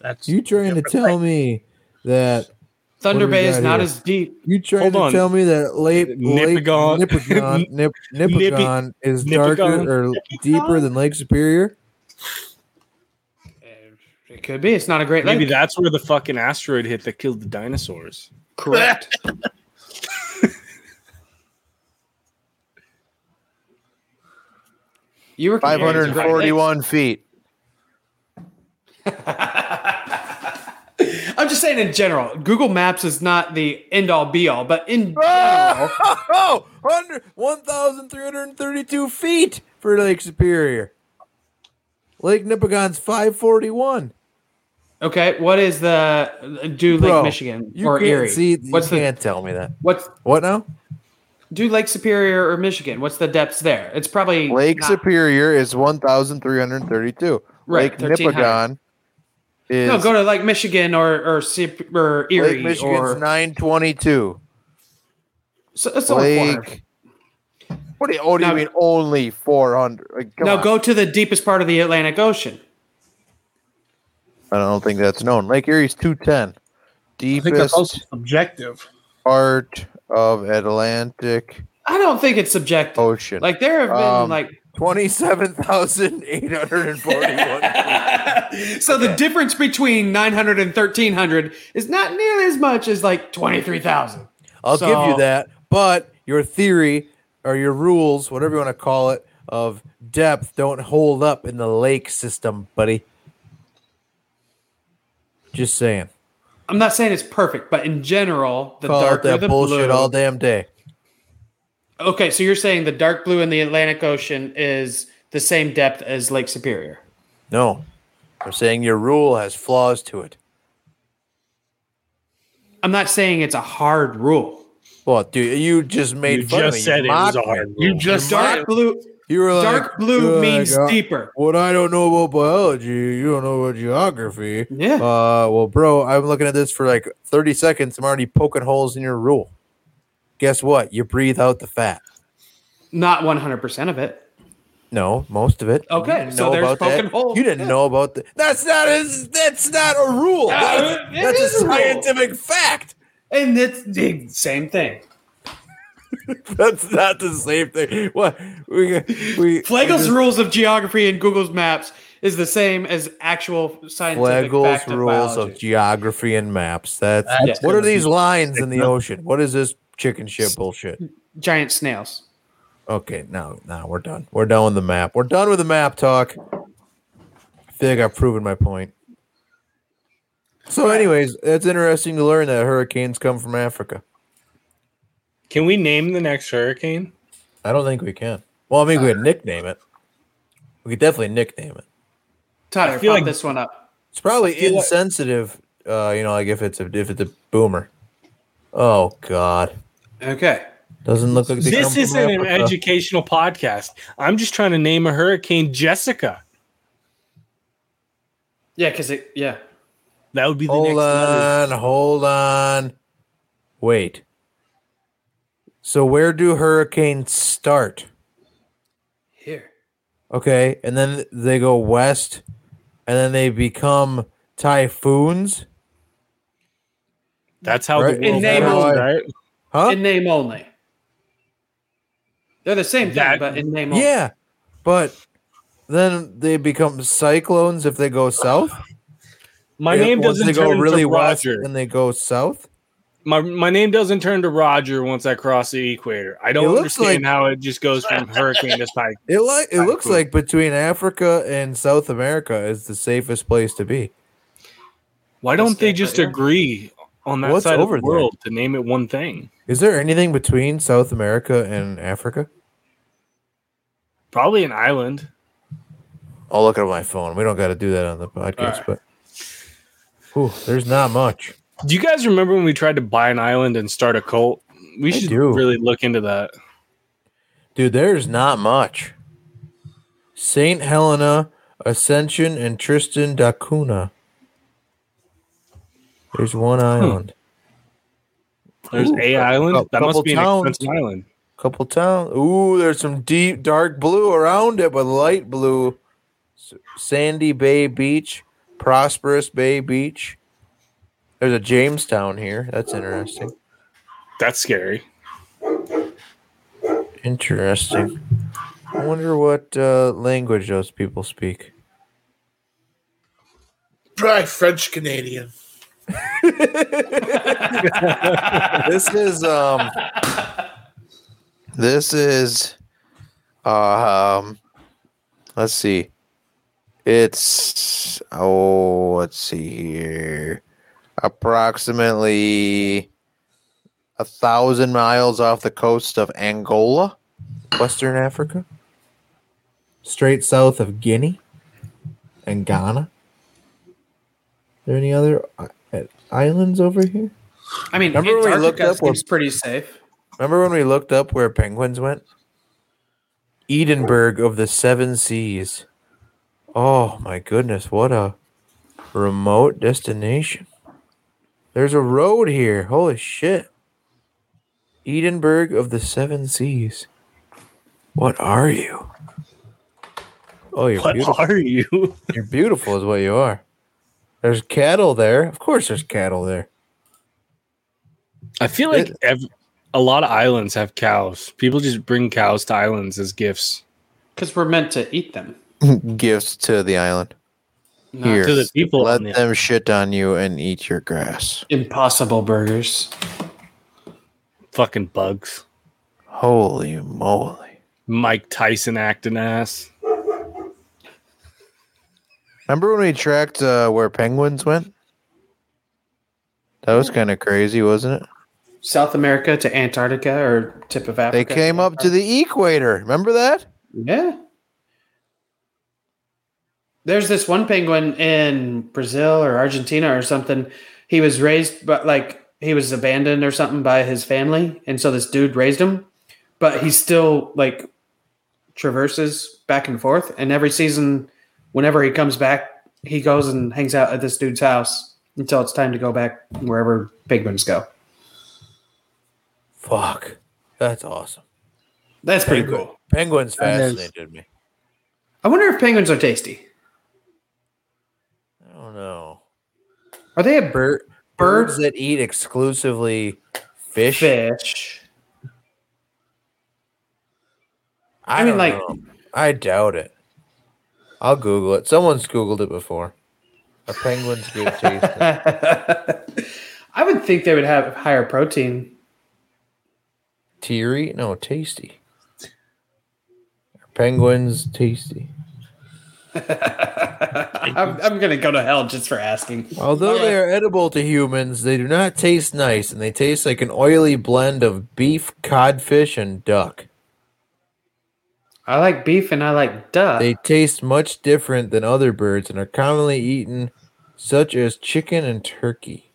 Speaker 4: That's
Speaker 2: you trying to tell me that
Speaker 3: Thunder
Speaker 2: What do we
Speaker 3: Bay is
Speaker 2: got
Speaker 3: not
Speaker 2: here?
Speaker 3: as deep.
Speaker 2: you trying
Speaker 5: Hold
Speaker 2: to
Speaker 5: on.
Speaker 2: tell me that Lake
Speaker 5: Nipigon.
Speaker 2: Lake Nipigon, Nip,
Speaker 5: Nipi-
Speaker 2: Nipigon is
Speaker 5: Nipigon.
Speaker 2: darker or deeper than Lake Superior?
Speaker 3: It could be. It's not a great lake.
Speaker 5: Maybe that's where the fucking asteroid hit that killed the dinosaurs.
Speaker 3: Correct. you were comparing it to Great
Speaker 2: feet.
Speaker 3: Lakes. I'm just saying in general, Google Maps is not the end all be all, but in general,
Speaker 2: Oh, 100 1,332 feet for Lake Superior. Lake Nipigon's 541.
Speaker 3: okay. What is the do Lake
Speaker 2: Bro,
Speaker 3: Michigan
Speaker 2: you
Speaker 3: or
Speaker 2: can't
Speaker 3: Erie?
Speaker 2: See, you
Speaker 3: what's the
Speaker 2: can't tell me that.
Speaker 3: what's
Speaker 2: What now?
Speaker 3: do Lake Superior or Michigan? What's the depths there? It's probably
Speaker 6: Lake
Speaker 3: not-
Speaker 6: Superior is 1,332.
Speaker 3: Right,
Speaker 6: Lake
Speaker 3: 1300.
Speaker 6: Nipigon is
Speaker 3: No, go to like Michigan or or Sup- or Erie
Speaker 6: Lake Michigan's
Speaker 3: or
Speaker 6: 922.
Speaker 3: so, it's only 400.
Speaker 6: Lake. What do you, oh, do you
Speaker 3: Now-
Speaker 6: mean only 400? Like, come
Speaker 3: Now
Speaker 6: on.
Speaker 3: go to the deepest part of the Atlantic Ocean.
Speaker 6: I don't think that's known. Lake Erie's 210.
Speaker 4: I think that's also
Speaker 6: Deepest
Speaker 4: subjective.
Speaker 6: part of Atlantic
Speaker 3: I don't think it's subjective.
Speaker 2: Oh,
Speaker 6: Ocean.
Speaker 3: Like there have been
Speaker 6: Um,
Speaker 3: like
Speaker 6: 27,841.
Speaker 3: so the difference between 900 and 1300 is not nearly as much as like 23,000.
Speaker 2: I'll
Speaker 3: So-
Speaker 2: give you that, but your theory or your rules, whatever you want to call it, of depth don't hold up in the lake system, buddy. Just saying.
Speaker 3: I'm not saying it's perfect, but in general, the
Speaker 2: Call out
Speaker 3: darker
Speaker 2: that
Speaker 3: the
Speaker 2: bullshit
Speaker 3: blue.
Speaker 2: all damn day.
Speaker 3: Okay, so you're saying the dark blue in the Atlantic Ocean is the same depth as Lake Superior.
Speaker 2: No, I'm saying your rule has flaws to it.
Speaker 3: I'm not saying it's a hard rule.
Speaker 2: Well, dude, you just made
Speaker 5: You
Speaker 2: fun
Speaker 5: just
Speaker 2: of me.
Speaker 5: said it
Speaker 2: you
Speaker 5: was
Speaker 2: mocked me.
Speaker 5: a hard
Speaker 4: You
Speaker 5: rule.
Speaker 4: just
Speaker 3: Dark blue
Speaker 2: You were like,
Speaker 3: dark blue
Speaker 2: "Good
Speaker 3: means
Speaker 2: God,
Speaker 3: deeper.
Speaker 2: What I don't know about biology, you don't know about geography.
Speaker 3: Yeah.
Speaker 2: Uh, well, bro, I'm looking at this for like 30 seconds. I'm already poking holes in your rule. Guess what? You breathe out the fat.
Speaker 3: Not 100% of it.
Speaker 2: No, most of it.
Speaker 3: Okay,
Speaker 2: You didn't
Speaker 3: so
Speaker 2: know
Speaker 3: there's
Speaker 2: about that.
Speaker 3: poking holes.
Speaker 2: You didn't
Speaker 3: Yeah.
Speaker 2: know about that. That's not a, that's not a rule. That's,
Speaker 3: it
Speaker 2: that's
Speaker 3: is
Speaker 2: a
Speaker 3: a rule.
Speaker 2: scientific fact.
Speaker 3: And it's the same thing.
Speaker 2: That's not the same thing. What we we
Speaker 3: Flagel's
Speaker 2: we-
Speaker 3: rules of geography in Google's Maps is the same as actual scientific
Speaker 2: Flagel's
Speaker 3: fact of
Speaker 2: rules
Speaker 3: biology.
Speaker 2: of geography and maps. That's,
Speaker 4: That's
Speaker 2: what
Speaker 4: gonna
Speaker 2: are these
Speaker 4: be-
Speaker 2: lines in the ocean? What is this chicken shit bullshit?
Speaker 3: giant snails.
Speaker 2: Okay, now now we're done. We're done with the map. We're done with the map talk. I feel like I've proven my point. So, anyways, it's interesting to learn that hurricanes come from Africa.
Speaker 5: Can we name the next hurricane?
Speaker 2: I don't think we can. Well, I mean, we could nickname it. We could definitely nickname it.
Speaker 3: Tyler, pop
Speaker 5: feel like-
Speaker 3: this one up.
Speaker 2: It's probably
Speaker 5: feel like-
Speaker 2: insensitive. uh, you know, like if it's a if it's a boomer. Oh God,
Speaker 3: Okay.
Speaker 2: doesn't look like they come
Speaker 5: This
Speaker 2: from
Speaker 5: isn't an
Speaker 2: Africa.
Speaker 5: educational podcast. I'm just trying to name a hurricane Jessica.
Speaker 3: Yeah, because it, yeah.
Speaker 5: That would be the
Speaker 2: Hold
Speaker 5: next letter.
Speaker 2: on, hold on. Wait. So where do hurricanes start?
Speaker 3: Here.
Speaker 2: Okay, and then they go west, and then they become typhoons.
Speaker 5: That's how
Speaker 2: Right.
Speaker 5: the world
Speaker 3: Enable-
Speaker 5: works, right?
Speaker 2: Huh?
Speaker 3: In name only. They're the same thing,
Speaker 5: That-
Speaker 3: but in name only.
Speaker 2: Yeah, but then they become cyclones if they go south.
Speaker 5: My
Speaker 2: If-
Speaker 5: name
Speaker 2: once
Speaker 5: doesn't
Speaker 2: they go
Speaker 5: turn
Speaker 2: really
Speaker 5: to
Speaker 2: west
Speaker 5: Roger.
Speaker 2: and they go south.
Speaker 5: My my name doesn't turn to Roger once I cross the equator. I
Speaker 2: It
Speaker 5: don't
Speaker 2: looks
Speaker 5: understand
Speaker 2: like-
Speaker 5: how it just goes from hurricane to typhoon.
Speaker 2: It like it looks
Speaker 5: Typhoon.
Speaker 2: like between Africa and South America is the safest place to be.
Speaker 5: Why don't they just agree on that
Speaker 2: What's
Speaker 5: side
Speaker 2: over there?
Speaker 5: of the world to name it one thing?
Speaker 2: Is there anything between South America and Africa?
Speaker 5: Probably an island.
Speaker 2: I'll look at my phone. We don't got to do that on the podcast,
Speaker 3: Alright.
Speaker 2: but Whew, there's not much.
Speaker 5: Do you guys remember when we tried to buy an island and start a cult? We
Speaker 2: I
Speaker 5: should
Speaker 2: do.
Speaker 5: really look into that.
Speaker 2: Dude, there's not much. St. Helena, Ascension, and Tristan da Cunha. There's one island.
Speaker 5: There's a island.
Speaker 2: a
Speaker 5: that
Speaker 2: couple
Speaker 5: must be an
Speaker 2: towns.
Speaker 5: expensive island.
Speaker 2: Couple towns. Ooh, there's some deep dark blue around it, but light blue. S- Sandy Bay Beach, Prosperous Bay Beach. There's a Jamestown here. That's interesting.
Speaker 5: That's scary.
Speaker 2: Interesting. I wonder what uh, language those people speak.
Speaker 4: Probably French Canadian.
Speaker 2: This is um.
Speaker 6: This is, um, let's see. It's oh, let's see here, approximately a thousand miles off the coast of Angola.
Speaker 2: Western Africa, straight south of Guinea and Ghana. there any
Speaker 6: uh,
Speaker 2: other i- islands over here?
Speaker 3: I mean,
Speaker 2: Remember when we
Speaker 3: Antarctica
Speaker 2: looked up what-
Speaker 3: seems pretty safe.
Speaker 2: Remember when we looked up where penguins went? Edinburgh of the Seven Seas. Oh my goodness, what a remote destination. There's a road here. Holy shit. Edinburgh of the Seven Seas. What are you? Oh, you're
Speaker 5: What
Speaker 2: beautiful.
Speaker 5: are you?
Speaker 2: You're beautiful, is what you are. There's cattle there. Of course, there's cattle there.
Speaker 5: I feel like ev- a lot of islands have cows. People just bring cows to islands as gifts
Speaker 3: because we're meant to eat them.
Speaker 6: Gifts to the island.
Speaker 3: Not
Speaker 6: Here.
Speaker 5: to the people.
Speaker 6: Let
Speaker 5: on the-
Speaker 6: them shit on you and eat your grass.
Speaker 3: Impossible burgers.
Speaker 5: fucking bugs.
Speaker 6: Holy moly.
Speaker 5: Mike Tyson acting ass.
Speaker 6: Remember when we tracked uh, where penguins went? That was kind of crazy, wasn't it?
Speaker 3: South America to Antarctica or tip of
Speaker 6: They
Speaker 3: Africa.
Speaker 6: came up to the equator. Remember that?
Speaker 3: Yeah. There's this one penguin in Brazil or Argentina or something. He was raised, but like he was abandoned or something by his family. And so this dude raised him, but he still like traverses back and forth. And every season, whenever he comes back, he goes and hangs out at this dude's house until it's time to go back wherever penguins go.
Speaker 2: Fuck. That's awesome.
Speaker 3: That's pretty cool.
Speaker 2: Penguins
Speaker 4: Yes.
Speaker 2: fascinated me.
Speaker 3: I wonder if penguins are tasty.
Speaker 2: I don't know.
Speaker 3: Are they a bird?
Speaker 2: Bird, birds that eat exclusively fish.
Speaker 3: Fish.
Speaker 2: I,
Speaker 3: I mean,
Speaker 2: mean, like,
Speaker 3: like-
Speaker 2: I doubt it. I'll Google it. Someone's Googled it before. A penguin's good taste.
Speaker 3: I would think they would have higher protein.
Speaker 2: Teary? No, tasty. Are penguins tasty.
Speaker 3: I'm, I'm gonna go to hell just for asking.
Speaker 2: Although they are edible to humans, they do not taste nice, and they taste like an oily blend of beef, codfish, and duck.
Speaker 3: I like beef and I like duck.
Speaker 2: They taste much different than other birds and are commonly eaten, such as chicken and turkey.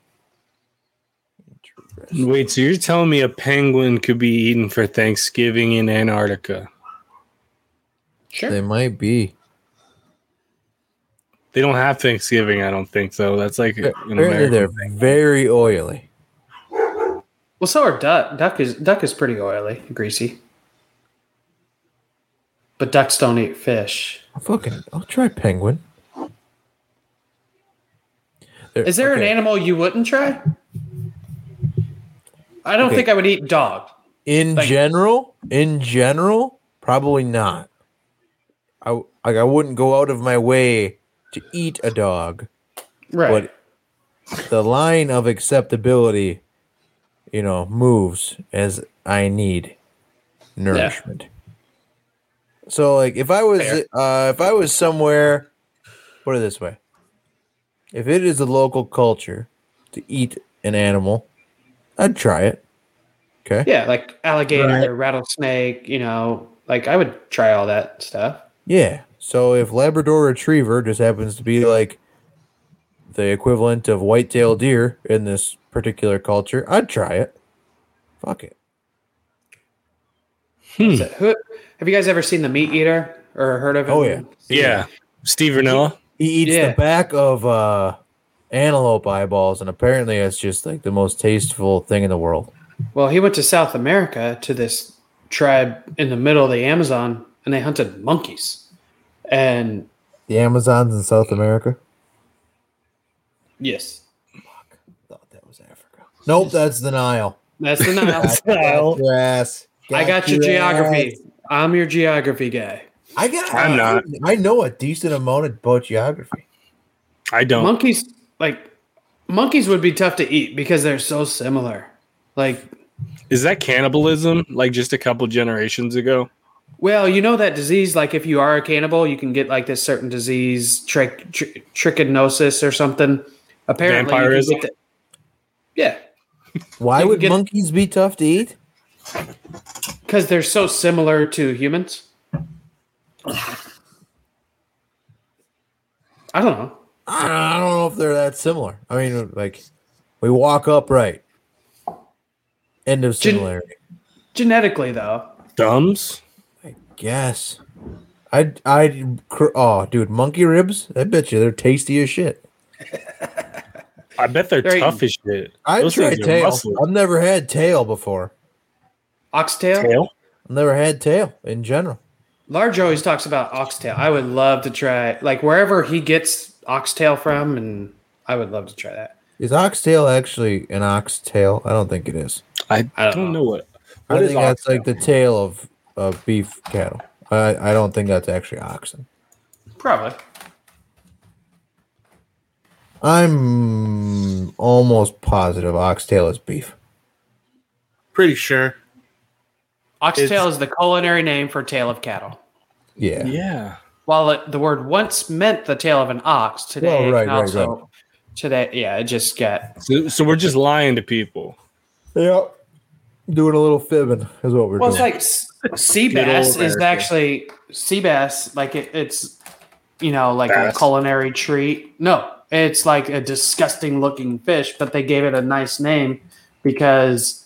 Speaker 2: Interesting.
Speaker 5: Wait, so you're telling me a penguin could be eaten for Thanksgiving in Antarctica?
Speaker 3: sure.
Speaker 2: They might be.
Speaker 5: They don't have Thanksgiving, I don't think, though. That's like an
Speaker 2: Apparently,
Speaker 5: American
Speaker 2: they're
Speaker 5: thing.
Speaker 2: very oily.
Speaker 3: well, so are duck. Duck is duck is pretty oily, greasy. But ducks don't eat fish.
Speaker 2: I'll fucking, I'll try penguin. They're-
Speaker 3: Is there an
Speaker 2: okay.
Speaker 3: animal you wouldn't try? I don't
Speaker 2: Okay.
Speaker 3: think I would eat dog.
Speaker 2: In
Speaker 3: Like-
Speaker 2: general, in general, probably not. I w- like I wouldn't go out of my way to eat a dog,
Speaker 3: Right.
Speaker 2: but the line of acceptability, you know, moves as I need nourishment. So like if I was
Speaker 3: Fair.
Speaker 2: uh if I was somewhere put it this way. If it is a local culture to eat an animal, I'd try it. Okay.
Speaker 3: yeah, like alligator, rattlesnake. You know, like I would try all that stuff.
Speaker 2: Yeah. So if Labrador Retriever just happens to be like the equivalent of white-tailed deer in this particular culture, I'd try it. Fuck it.
Speaker 3: So who, have you guys ever seen the Meat Eater or heard of him?
Speaker 2: Oh, yeah.
Speaker 5: Yeah. Steve Renella?
Speaker 2: He eats
Speaker 3: Yeah.
Speaker 2: the back of uh, antelope eyeballs, and apparently it's just like the most tasteful thing in the world.
Speaker 3: Well, he went to South America to this tribe in the middle of the Amazon, and they hunted monkeys. And
Speaker 2: The Amazons in South America.
Speaker 3: yes,
Speaker 2: Thought that was Africa. Nope, that's the Nile.
Speaker 3: that's the Nile.
Speaker 5: Well,
Speaker 2: Yes.
Speaker 3: I got your geography. I'm your geography guy.
Speaker 2: I got.
Speaker 5: I'm not.
Speaker 2: I know a decent amount about geography.
Speaker 5: I don't.
Speaker 3: Monkeys, like monkeys, would be tough to eat because they're so similar. Like,
Speaker 5: Is that cannibalism? Like just a couple generations ago?
Speaker 3: well, you know that disease. Like, if you are a cannibal, you can get like this certain disease, trich- tr- trichinosis or something. Apparently, you can
Speaker 5: Vampirism?
Speaker 3: get the- yeah,
Speaker 2: Why
Speaker 3: You
Speaker 2: would
Speaker 3: get-
Speaker 2: monkeys be tough to eat?
Speaker 3: Because they're so similar to humans. I don't know.
Speaker 2: I don't, I don't know if they're that similar. I mean, like we walk upright. End of
Speaker 3: Gen-
Speaker 2: similarity.
Speaker 3: Genetically, though,
Speaker 5: Thumbs?
Speaker 2: Yes. I I oh dude, monkey ribs. I bet you they're tasty as shit.
Speaker 5: I bet they're
Speaker 3: They're-
Speaker 5: tough as shit.
Speaker 2: I
Speaker 5: Those
Speaker 2: tried
Speaker 5: things are
Speaker 2: tail.
Speaker 5: muscle.
Speaker 2: I've never had tail before.
Speaker 3: oxtail.
Speaker 5: Tail?
Speaker 2: I've never had tail in general.
Speaker 3: Large always talks about oxtail. I would love to try like wherever he gets oxtail from, and I would love to try that.
Speaker 2: Is oxtail actually an oxtail? I don't think it is.
Speaker 5: I,
Speaker 3: I don't
Speaker 5: don't
Speaker 3: know.
Speaker 5: know what.
Speaker 2: I
Speaker 5: What is
Speaker 2: think that's
Speaker 5: oxtail?
Speaker 2: like the tail of, of beef cattle. I, I don't think that's actually oxen.
Speaker 3: Probably.
Speaker 2: I'm almost positive oxtail is beef.
Speaker 4: Pretty sure.
Speaker 3: Oxtail is the culinary name for tail of cattle.
Speaker 2: Yeah.
Speaker 5: Yeah.
Speaker 3: While it, the word once meant the tail of an ox, today
Speaker 2: Well,
Speaker 3: it
Speaker 2: right,
Speaker 3: can
Speaker 2: right,
Speaker 3: also
Speaker 2: right.
Speaker 3: today yeah, it just got
Speaker 5: So, so we're just lying to people.
Speaker 2: Yep. Doing a little fibbing is what we're
Speaker 3: well. It's
Speaker 2: doing.
Speaker 3: like s- sea
Speaker 5: Good old
Speaker 3: bass is
Speaker 5: America.
Speaker 3: actually sea bass like it, it's you know like a
Speaker 5: Bass.
Speaker 3: culinary treat. No, it's like a disgusting looking fish, but they gave it a nice name because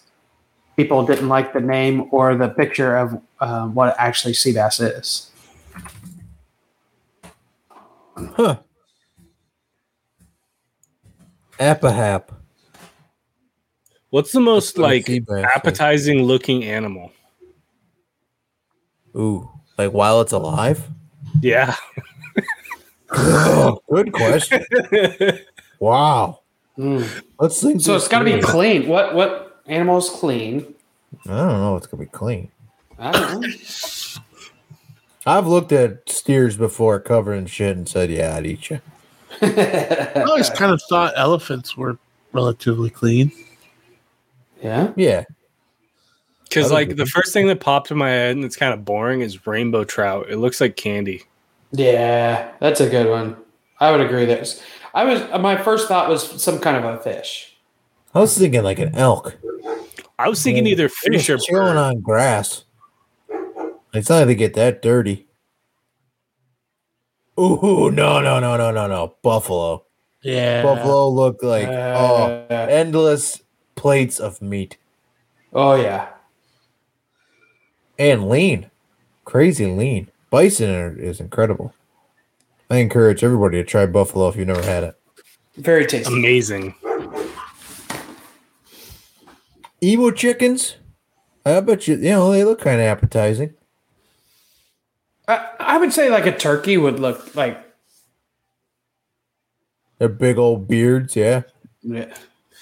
Speaker 3: people didn't like the name or the picture of uh, what actually sea bass is.
Speaker 2: huh. Appahap.
Speaker 5: What's the
Speaker 2: Let's
Speaker 5: most like
Speaker 2: see, Brad,
Speaker 5: appetizing looking animal?
Speaker 2: Ooh. Like while it's alive?
Speaker 5: Yeah.
Speaker 2: Oh, Good question. wow.
Speaker 3: Mm.
Speaker 2: Let's think.
Speaker 3: So
Speaker 2: this
Speaker 3: it's got to be
Speaker 2: through.
Speaker 3: clean. What what animal's clean?
Speaker 2: I don't know. It's gonna be clean.
Speaker 3: I don't know.
Speaker 2: I've looked at steers before covering shit and said, "Yeah, I'd eat you."
Speaker 4: I always kind of thought elephants were relatively clean.
Speaker 3: yeah.
Speaker 2: Yeah,
Speaker 5: Because
Speaker 2: That would
Speaker 5: like
Speaker 2: be
Speaker 5: the first thing that popped in my head and it's kind of boring is rainbow trout. It looks like candy.
Speaker 3: Yeah, that's a good one. I would agree there. I was my first thought was some kind of a fish.
Speaker 2: I was thinking like an elk.
Speaker 5: I was thinking either
Speaker 2: They're
Speaker 5: fish
Speaker 2: just
Speaker 5: or
Speaker 2: chilling
Speaker 5: bird.
Speaker 2: on grass. It's not like they get that dirty. Ooh, no, no, no, no, no, no! Buffalo.
Speaker 4: Yeah.
Speaker 2: Buffalo look like oh,
Speaker 3: Uh,
Speaker 2: endless plates of meat
Speaker 3: oh yeah.
Speaker 2: and lean, crazy lean. Bison are- is incredible. I encourage everybody to try buffalo if you've never had it.
Speaker 3: Very tasty.
Speaker 5: Amazing.
Speaker 2: Emu chickens. I bet you, you know, they look kind of appetizing.
Speaker 3: I, I would say like a turkey would look like
Speaker 2: They're big old beards, yeah.
Speaker 3: yeah.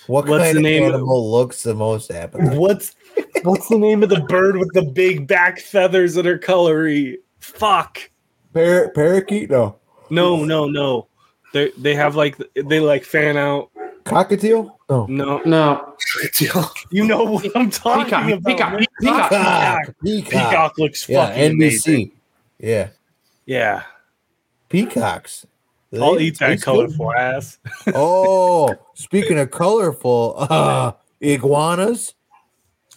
Speaker 2: What
Speaker 5: What's
Speaker 2: kind
Speaker 5: the
Speaker 2: of
Speaker 5: name of-
Speaker 2: animal looks the most appetizing?
Speaker 5: What's what's the name of the bird with the big back feathers that are colory? Fuck.
Speaker 2: Par- parakeet? No.
Speaker 5: No, no, no. They they have like they like fan out.
Speaker 2: Cockatiel? No.
Speaker 5: No,
Speaker 3: no
Speaker 5: you know what I'm talking
Speaker 3: peacock
Speaker 5: about.
Speaker 3: peacock
Speaker 5: right?
Speaker 3: peacock.
Speaker 2: Peacock. Peacock.
Speaker 5: Peacock looks
Speaker 2: Yeah,
Speaker 5: fucking
Speaker 2: NBC.
Speaker 5: amazing.
Speaker 2: Yeah.
Speaker 5: Yeah,
Speaker 2: Peacocks. Do
Speaker 5: I'll
Speaker 2: they
Speaker 5: eat that
Speaker 2: taste good?
Speaker 5: colorful ass.
Speaker 2: Oh, speaking of colorful, uh, iguanas,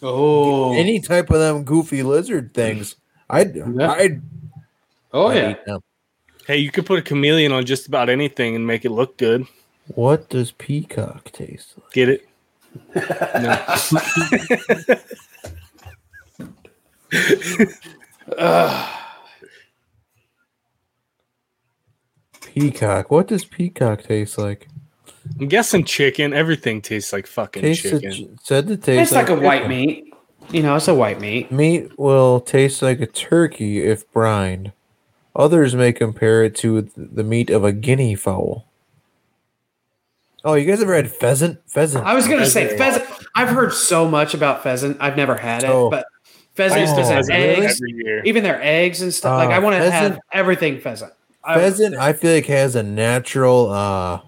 Speaker 3: Oh.
Speaker 2: any type of them goofy lizard things. I'd,
Speaker 3: Yeah.
Speaker 2: I'd,
Speaker 3: oh
Speaker 2: I'd
Speaker 3: yeah.
Speaker 2: eat them.
Speaker 5: Hey, you could put a chameleon on just about anything and make it look good.
Speaker 2: What does peacock taste like?
Speaker 5: Get it? No.
Speaker 2: Peacock. What does peacock taste like?
Speaker 5: I'm guessing chicken. Everything tastes like fucking
Speaker 2: Tastes
Speaker 5: chicken.
Speaker 2: it- said to taste.
Speaker 3: It's like a white
Speaker 2: chicken.
Speaker 3: meat. You know, it's a white meat.
Speaker 2: Meat will taste like a turkey if brined. Others may compare it to th- the meat of a guinea fowl. Oh, you guys ever had pheasant? Pheasant.
Speaker 3: I was gonna say pheasant. I've heard so much about pheasant. I've never had it,
Speaker 2: Oh.
Speaker 3: but
Speaker 5: I
Speaker 3: pheasant
Speaker 5: used to
Speaker 2: Oh,
Speaker 3: does
Speaker 5: have
Speaker 3: it
Speaker 5: it
Speaker 3: eggs,
Speaker 5: every year.
Speaker 3: even their eggs and stuff. like
Speaker 2: Uh,
Speaker 3: I want to have
Speaker 2: pheasant-
Speaker 3: everything pheasant. I-
Speaker 2: pheasant, I feel like has a natural. uh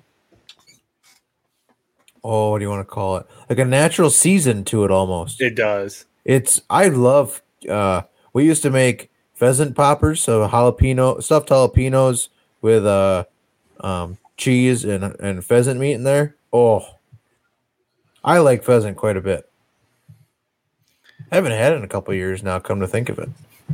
Speaker 2: Oh, what do you want to call it? Like a natural season to it, almost.
Speaker 5: It does.
Speaker 2: It's I love. uh We used to make pheasant poppers, so jalapeno stuffed jalapenos with uh um cheese and and pheasant meat in there. Oh, I like pheasant quite a bit. I haven't had it in a couple of years now. Come to think of it,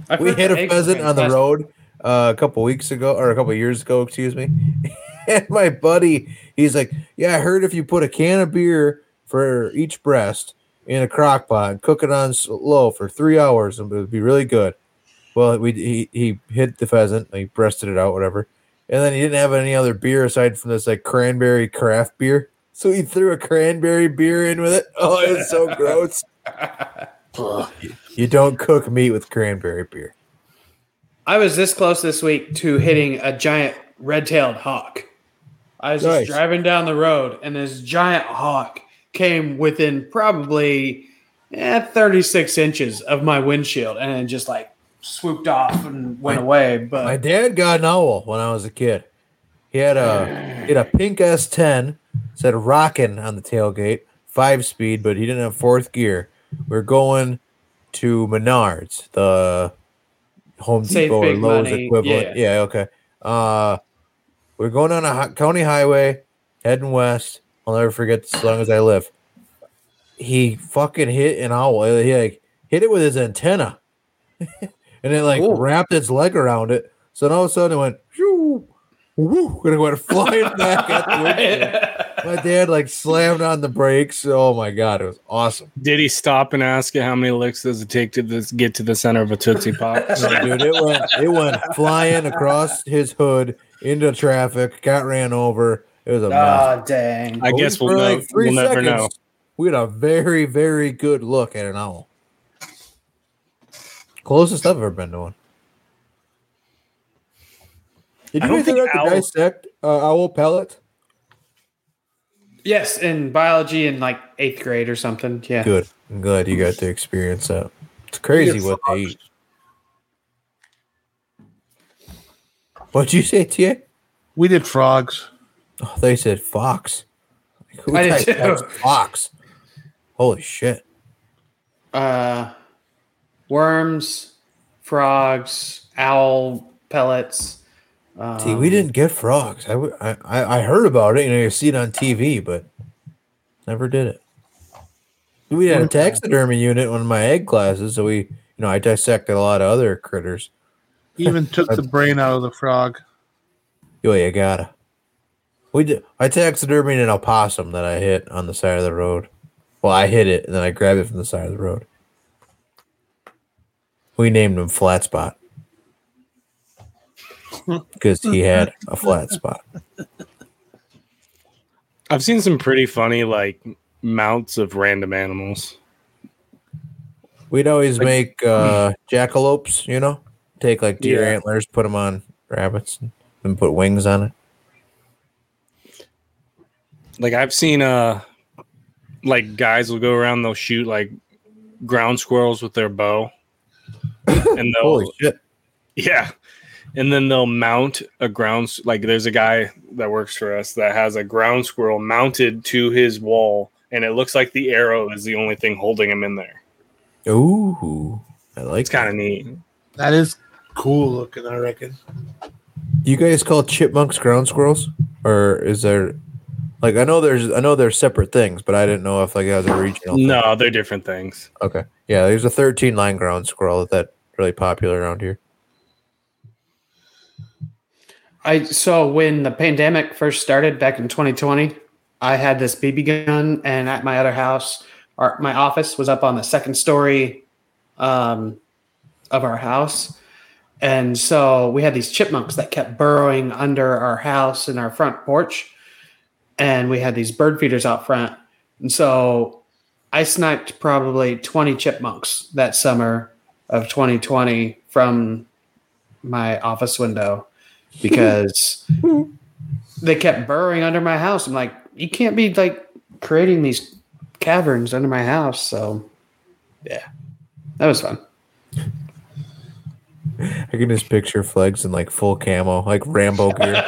Speaker 3: I've
Speaker 2: we
Speaker 3: heard
Speaker 2: hit
Speaker 3: the
Speaker 2: a
Speaker 3: eggs are
Speaker 2: pheasant on the
Speaker 3: fantastic.
Speaker 2: road uh, a couple weeks ago, or a couple of years ago, excuse me. and my buddy, he's like, "Yeah, I heard if you put a can of beer for each breast, in a crock pot and cook it on low for three hours and it would be really good. Well, we he, he hit the pheasant, he breasted it out, whatever. And then he didn't have any other beer aside from this like cranberry craft beer. So he threw a cranberry beer in with it. Oh, it's so gross. you don't cook meat with cranberry beer.
Speaker 3: I was this close this week to hitting a giant red-tailed hawk. I was
Speaker 2: Nice.
Speaker 3: just driving down the road, and this giant hawk came within probably eh, 36 inches of my windshield, and it just like swooped off and went away. But
Speaker 2: My dad got an owl when I was a kid. He had a he had a pink S10, said "Rockin'" on the tailgate, five speed, but he didn't have fourth gear. We're going to Menards, the Home
Speaker 3: Save
Speaker 2: Depot or
Speaker 3: big
Speaker 2: Lowe's
Speaker 3: money,
Speaker 2: equivalent. Yeah, okay. Uh, we're going on a hi- county highway, heading west. I'll never forget this as long as I live. He fucking hit an owl. He like hit it with his antenna, and it like
Speaker 3: Ooh.
Speaker 2: wrapped its leg around it. So then all of a sudden it went, whoo, woo, and it went flying back at the windshield. My dad like slammed on the brakes. Oh my god, it was awesome,
Speaker 5: Did he stop and ask you how many licks does it take to this, get to the center of a Tootsie Pop?
Speaker 2: dude. It went, it went flying across his hood into traffic. Got ran over. It was a mess.
Speaker 3: oh dang!
Speaker 5: I guess we'll,
Speaker 2: For,
Speaker 5: know,
Speaker 2: like, three
Speaker 5: we'll never know.
Speaker 2: We had a very, very good look at an owl. Closest I've ever been to one. Did
Speaker 5: I
Speaker 2: you guys ever
Speaker 5: don't think
Speaker 2: have to
Speaker 5: owls-
Speaker 2: dissect uh, owl pellet?
Speaker 3: Yes, in biology in like eighth grade or something. Yeah.
Speaker 2: Good. I'm glad you got to experience that. It's crazy what they eat. What'd you say, TA?
Speaker 4: We did frogs.
Speaker 2: Oh, they said fox. Like, who
Speaker 3: I did
Speaker 2: dissects
Speaker 3: too.
Speaker 2: Fox. Holy shit.
Speaker 3: Uh, worms, frogs, owl pellets. Um,
Speaker 2: See, we didn't get frogs. I, w- I- I- I heard about it. You know, you see it on TV, but never did it. We had a taxidermy unit in one of my egg classes, so we, you know, I dissected a lot of other critters.
Speaker 4: Even took the brain out of the frog.
Speaker 2: Yo, you gotta. We did. I taxidermied an opossum that I hit on the side of the road. Well, I hit it, and then I grabbed it from the side of the road. We named him Flat Spot because he had a flat spot.
Speaker 5: I've seen some pretty funny like mounts of random animals.
Speaker 2: We'd always make uh, jackalopes, you know, take like deer
Speaker 5: hmm. Yeah.
Speaker 2: antlers, put them on rabbits, and then put wings on it.
Speaker 5: Like I've seen uh like guys will go around, they'll shoot like ground squirrels with their bow. and they'll
Speaker 2: Holy shit!
Speaker 5: Yeah. And then they'll mount a ground s- like there's a guy that works for us that has a ground squirrel mounted to his wall and it looks like the arrow is the only thing holding him in there.
Speaker 2: Ooh, I like.
Speaker 5: It's kind of neat.
Speaker 4: That is cool looking, I reckon.
Speaker 2: Do you guys call chipmunks ground squirrels, or is there like I know there's I know they're separate things, but I didn't know if like that was a regional. thing.
Speaker 5: No, they're different things.
Speaker 2: Okay. Yeah, there's a 13 line ground squirrel that really popular around here.
Speaker 3: I so when the pandemic first started back in 2020, I had this BB gun, and at my other house, our my office was up on the second story um, of our house, and so we had these chipmunks that kept burrowing under our house and our front porch, and we had these bird feeders out front, and so I sniped probably 20 chipmunks that summer of 2020 from my office window because they kept burrowing under my house. I'm like, you can't be like creating these caverns under my house. So, yeah, that was fun.
Speaker 2: I can just picture Flegs in like full camo, like Rambo gear.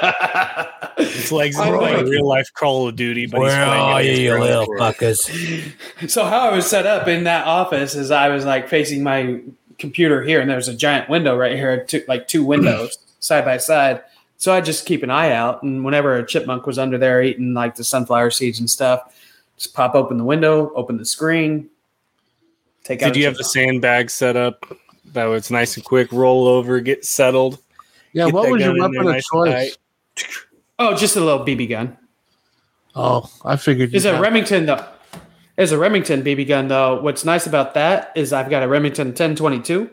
Speaker 5: It's like, like real life Call of Duty, but he's playing it as ground squirrel.
Speaker 2: fuckers?
Speaker 3: So, how I was set up in that office is I was like facing my computer here, and there was a giant window right here, two, like two windows side by side. So, I just keep an eye out. And whenever a chipmunk was under there eating like the sunflower seeds and stuff, just pop open the window, open the screen, take out.
Speaker 5: Did
Speaker 3: a
Speaker 5: you have the
Speaker 3: chipmunk.
Speaker 5: sandbag set up? That was nice and quick. Roll over, get settled.
Speaker 4: Yeah,
Speaker 5: Get
Speaker 4: what
Speaker 5: that
Speaker 4: was your
Speaker 5: gun in there
Speaker 4: weapon of
Speaker 5: nice and
Speaker 4: choice?
Speaker 5: tight.
Speaker 3: Oh, just a little BB gun.
Speaker 4: Oh, I figured you
Speaker 3: Is a
Speaker 4: got-
Speaker 3: Remington though? As a Remington BB gun, though, what's nice about that is I've got a Remington 1022,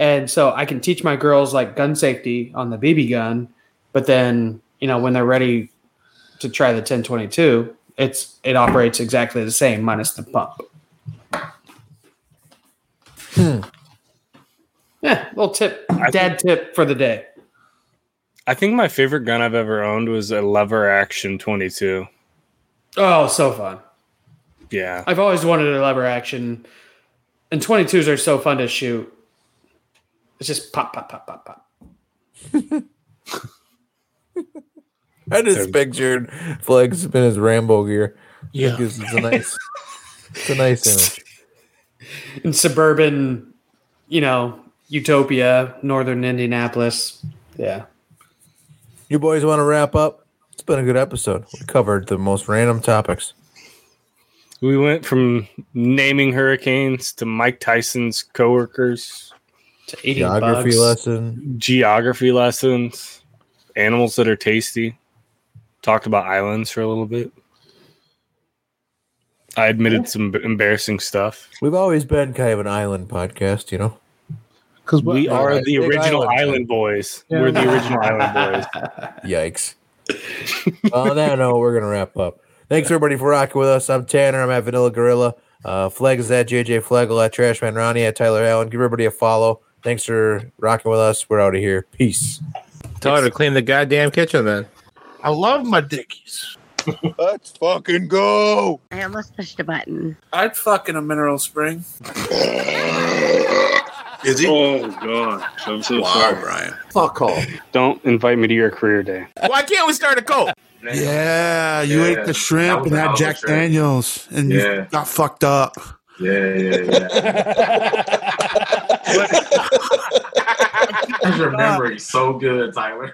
Speaker 3: and so I can teach my girls like gun safety on the BB gun. But then, you know, when they're ready to try the 1022, it's it operates exactly the same minus the pump. Yeah, little tip,
Speaker 5: I
Speaker 3: dad tip for the day.
Speaker 5: I think my favorite gun I've ever owned was a lever action 22.
Speaker 3: Oh, so fun.
Speaker 5: Yeah.
Speaker 3: I've always wanted a lever action, and 22s are so fun to shoot. It's just pop, pop, pop, pop, pop.
Speaker 2: I just pictured Flex in his Rambo gear.
Speaker 4: Yeah.
Speaker 2: It's it's a nice, it's a nice image.
Speaker 3: In suburban, you know, utopia, northern Indianapolis. Yeah.
Speaker 2: You boys want to wrap up? It's been a good episode. We covered the most random topics.
Speaker 5: We went from naming hurricanes to Mike Tyson's coworkers,
Speaker 3: To 80
Speaker 2: Geography
Speaker 3: bucks.
Speaker 2: lesson.
Speaker 5: geography lessons, animals that are tasty. Talked about islands for a little bit. I admitted some b- embarrassing stuff.
Speaker 2: We've always been kind of an island podcast, you know.
Speaker 4: Because
Speaker 5: We are
Speaker 2: Alright,
Speaker 5: the
Speaker 2: big
Speaker 5: original
Speaker 2: island.
Speaker 5: island, boys. We're the original island boys.
Speaker 2: Yikes. On that note, we're gonna wrap up. Thanks everybody for rocking with us. I'm Tanner. I'm at Vanilla Gorilla. Uh, Flag is at JJ Flagel at Trashman Ronnie at Tyler Allen. Give everybody a follow. Thanks for rocking with us. We're out of here. Peace.
Speaker 7: Tell her to clean the goddamn kitchen then.
Speaker 4: I love my dickies.
Speaker 6: Let's fucking go.
Speaker 8: I almost pushed a button.
Speaker 4: I'd fuck in a mineral spring.
Speaker 9: Is he?
Speaker 7: Oh god. I'm so
Speaker 9: wow, Brian.
Speaker 2: Fuck off.
Speaker 5: Don't invite me to your career day.
Speaker 7: Why can't we start a cult?
Speaker 9: Yeah,
Speaker 10: you ate the shrimp and had Jack
Speaker 9: Daniels, and
Speaker 10: you Yeah.
Speaker 9: got fucked up.
Speaker 10: Yeah, yeah, yeah. I remember so good, Tyler.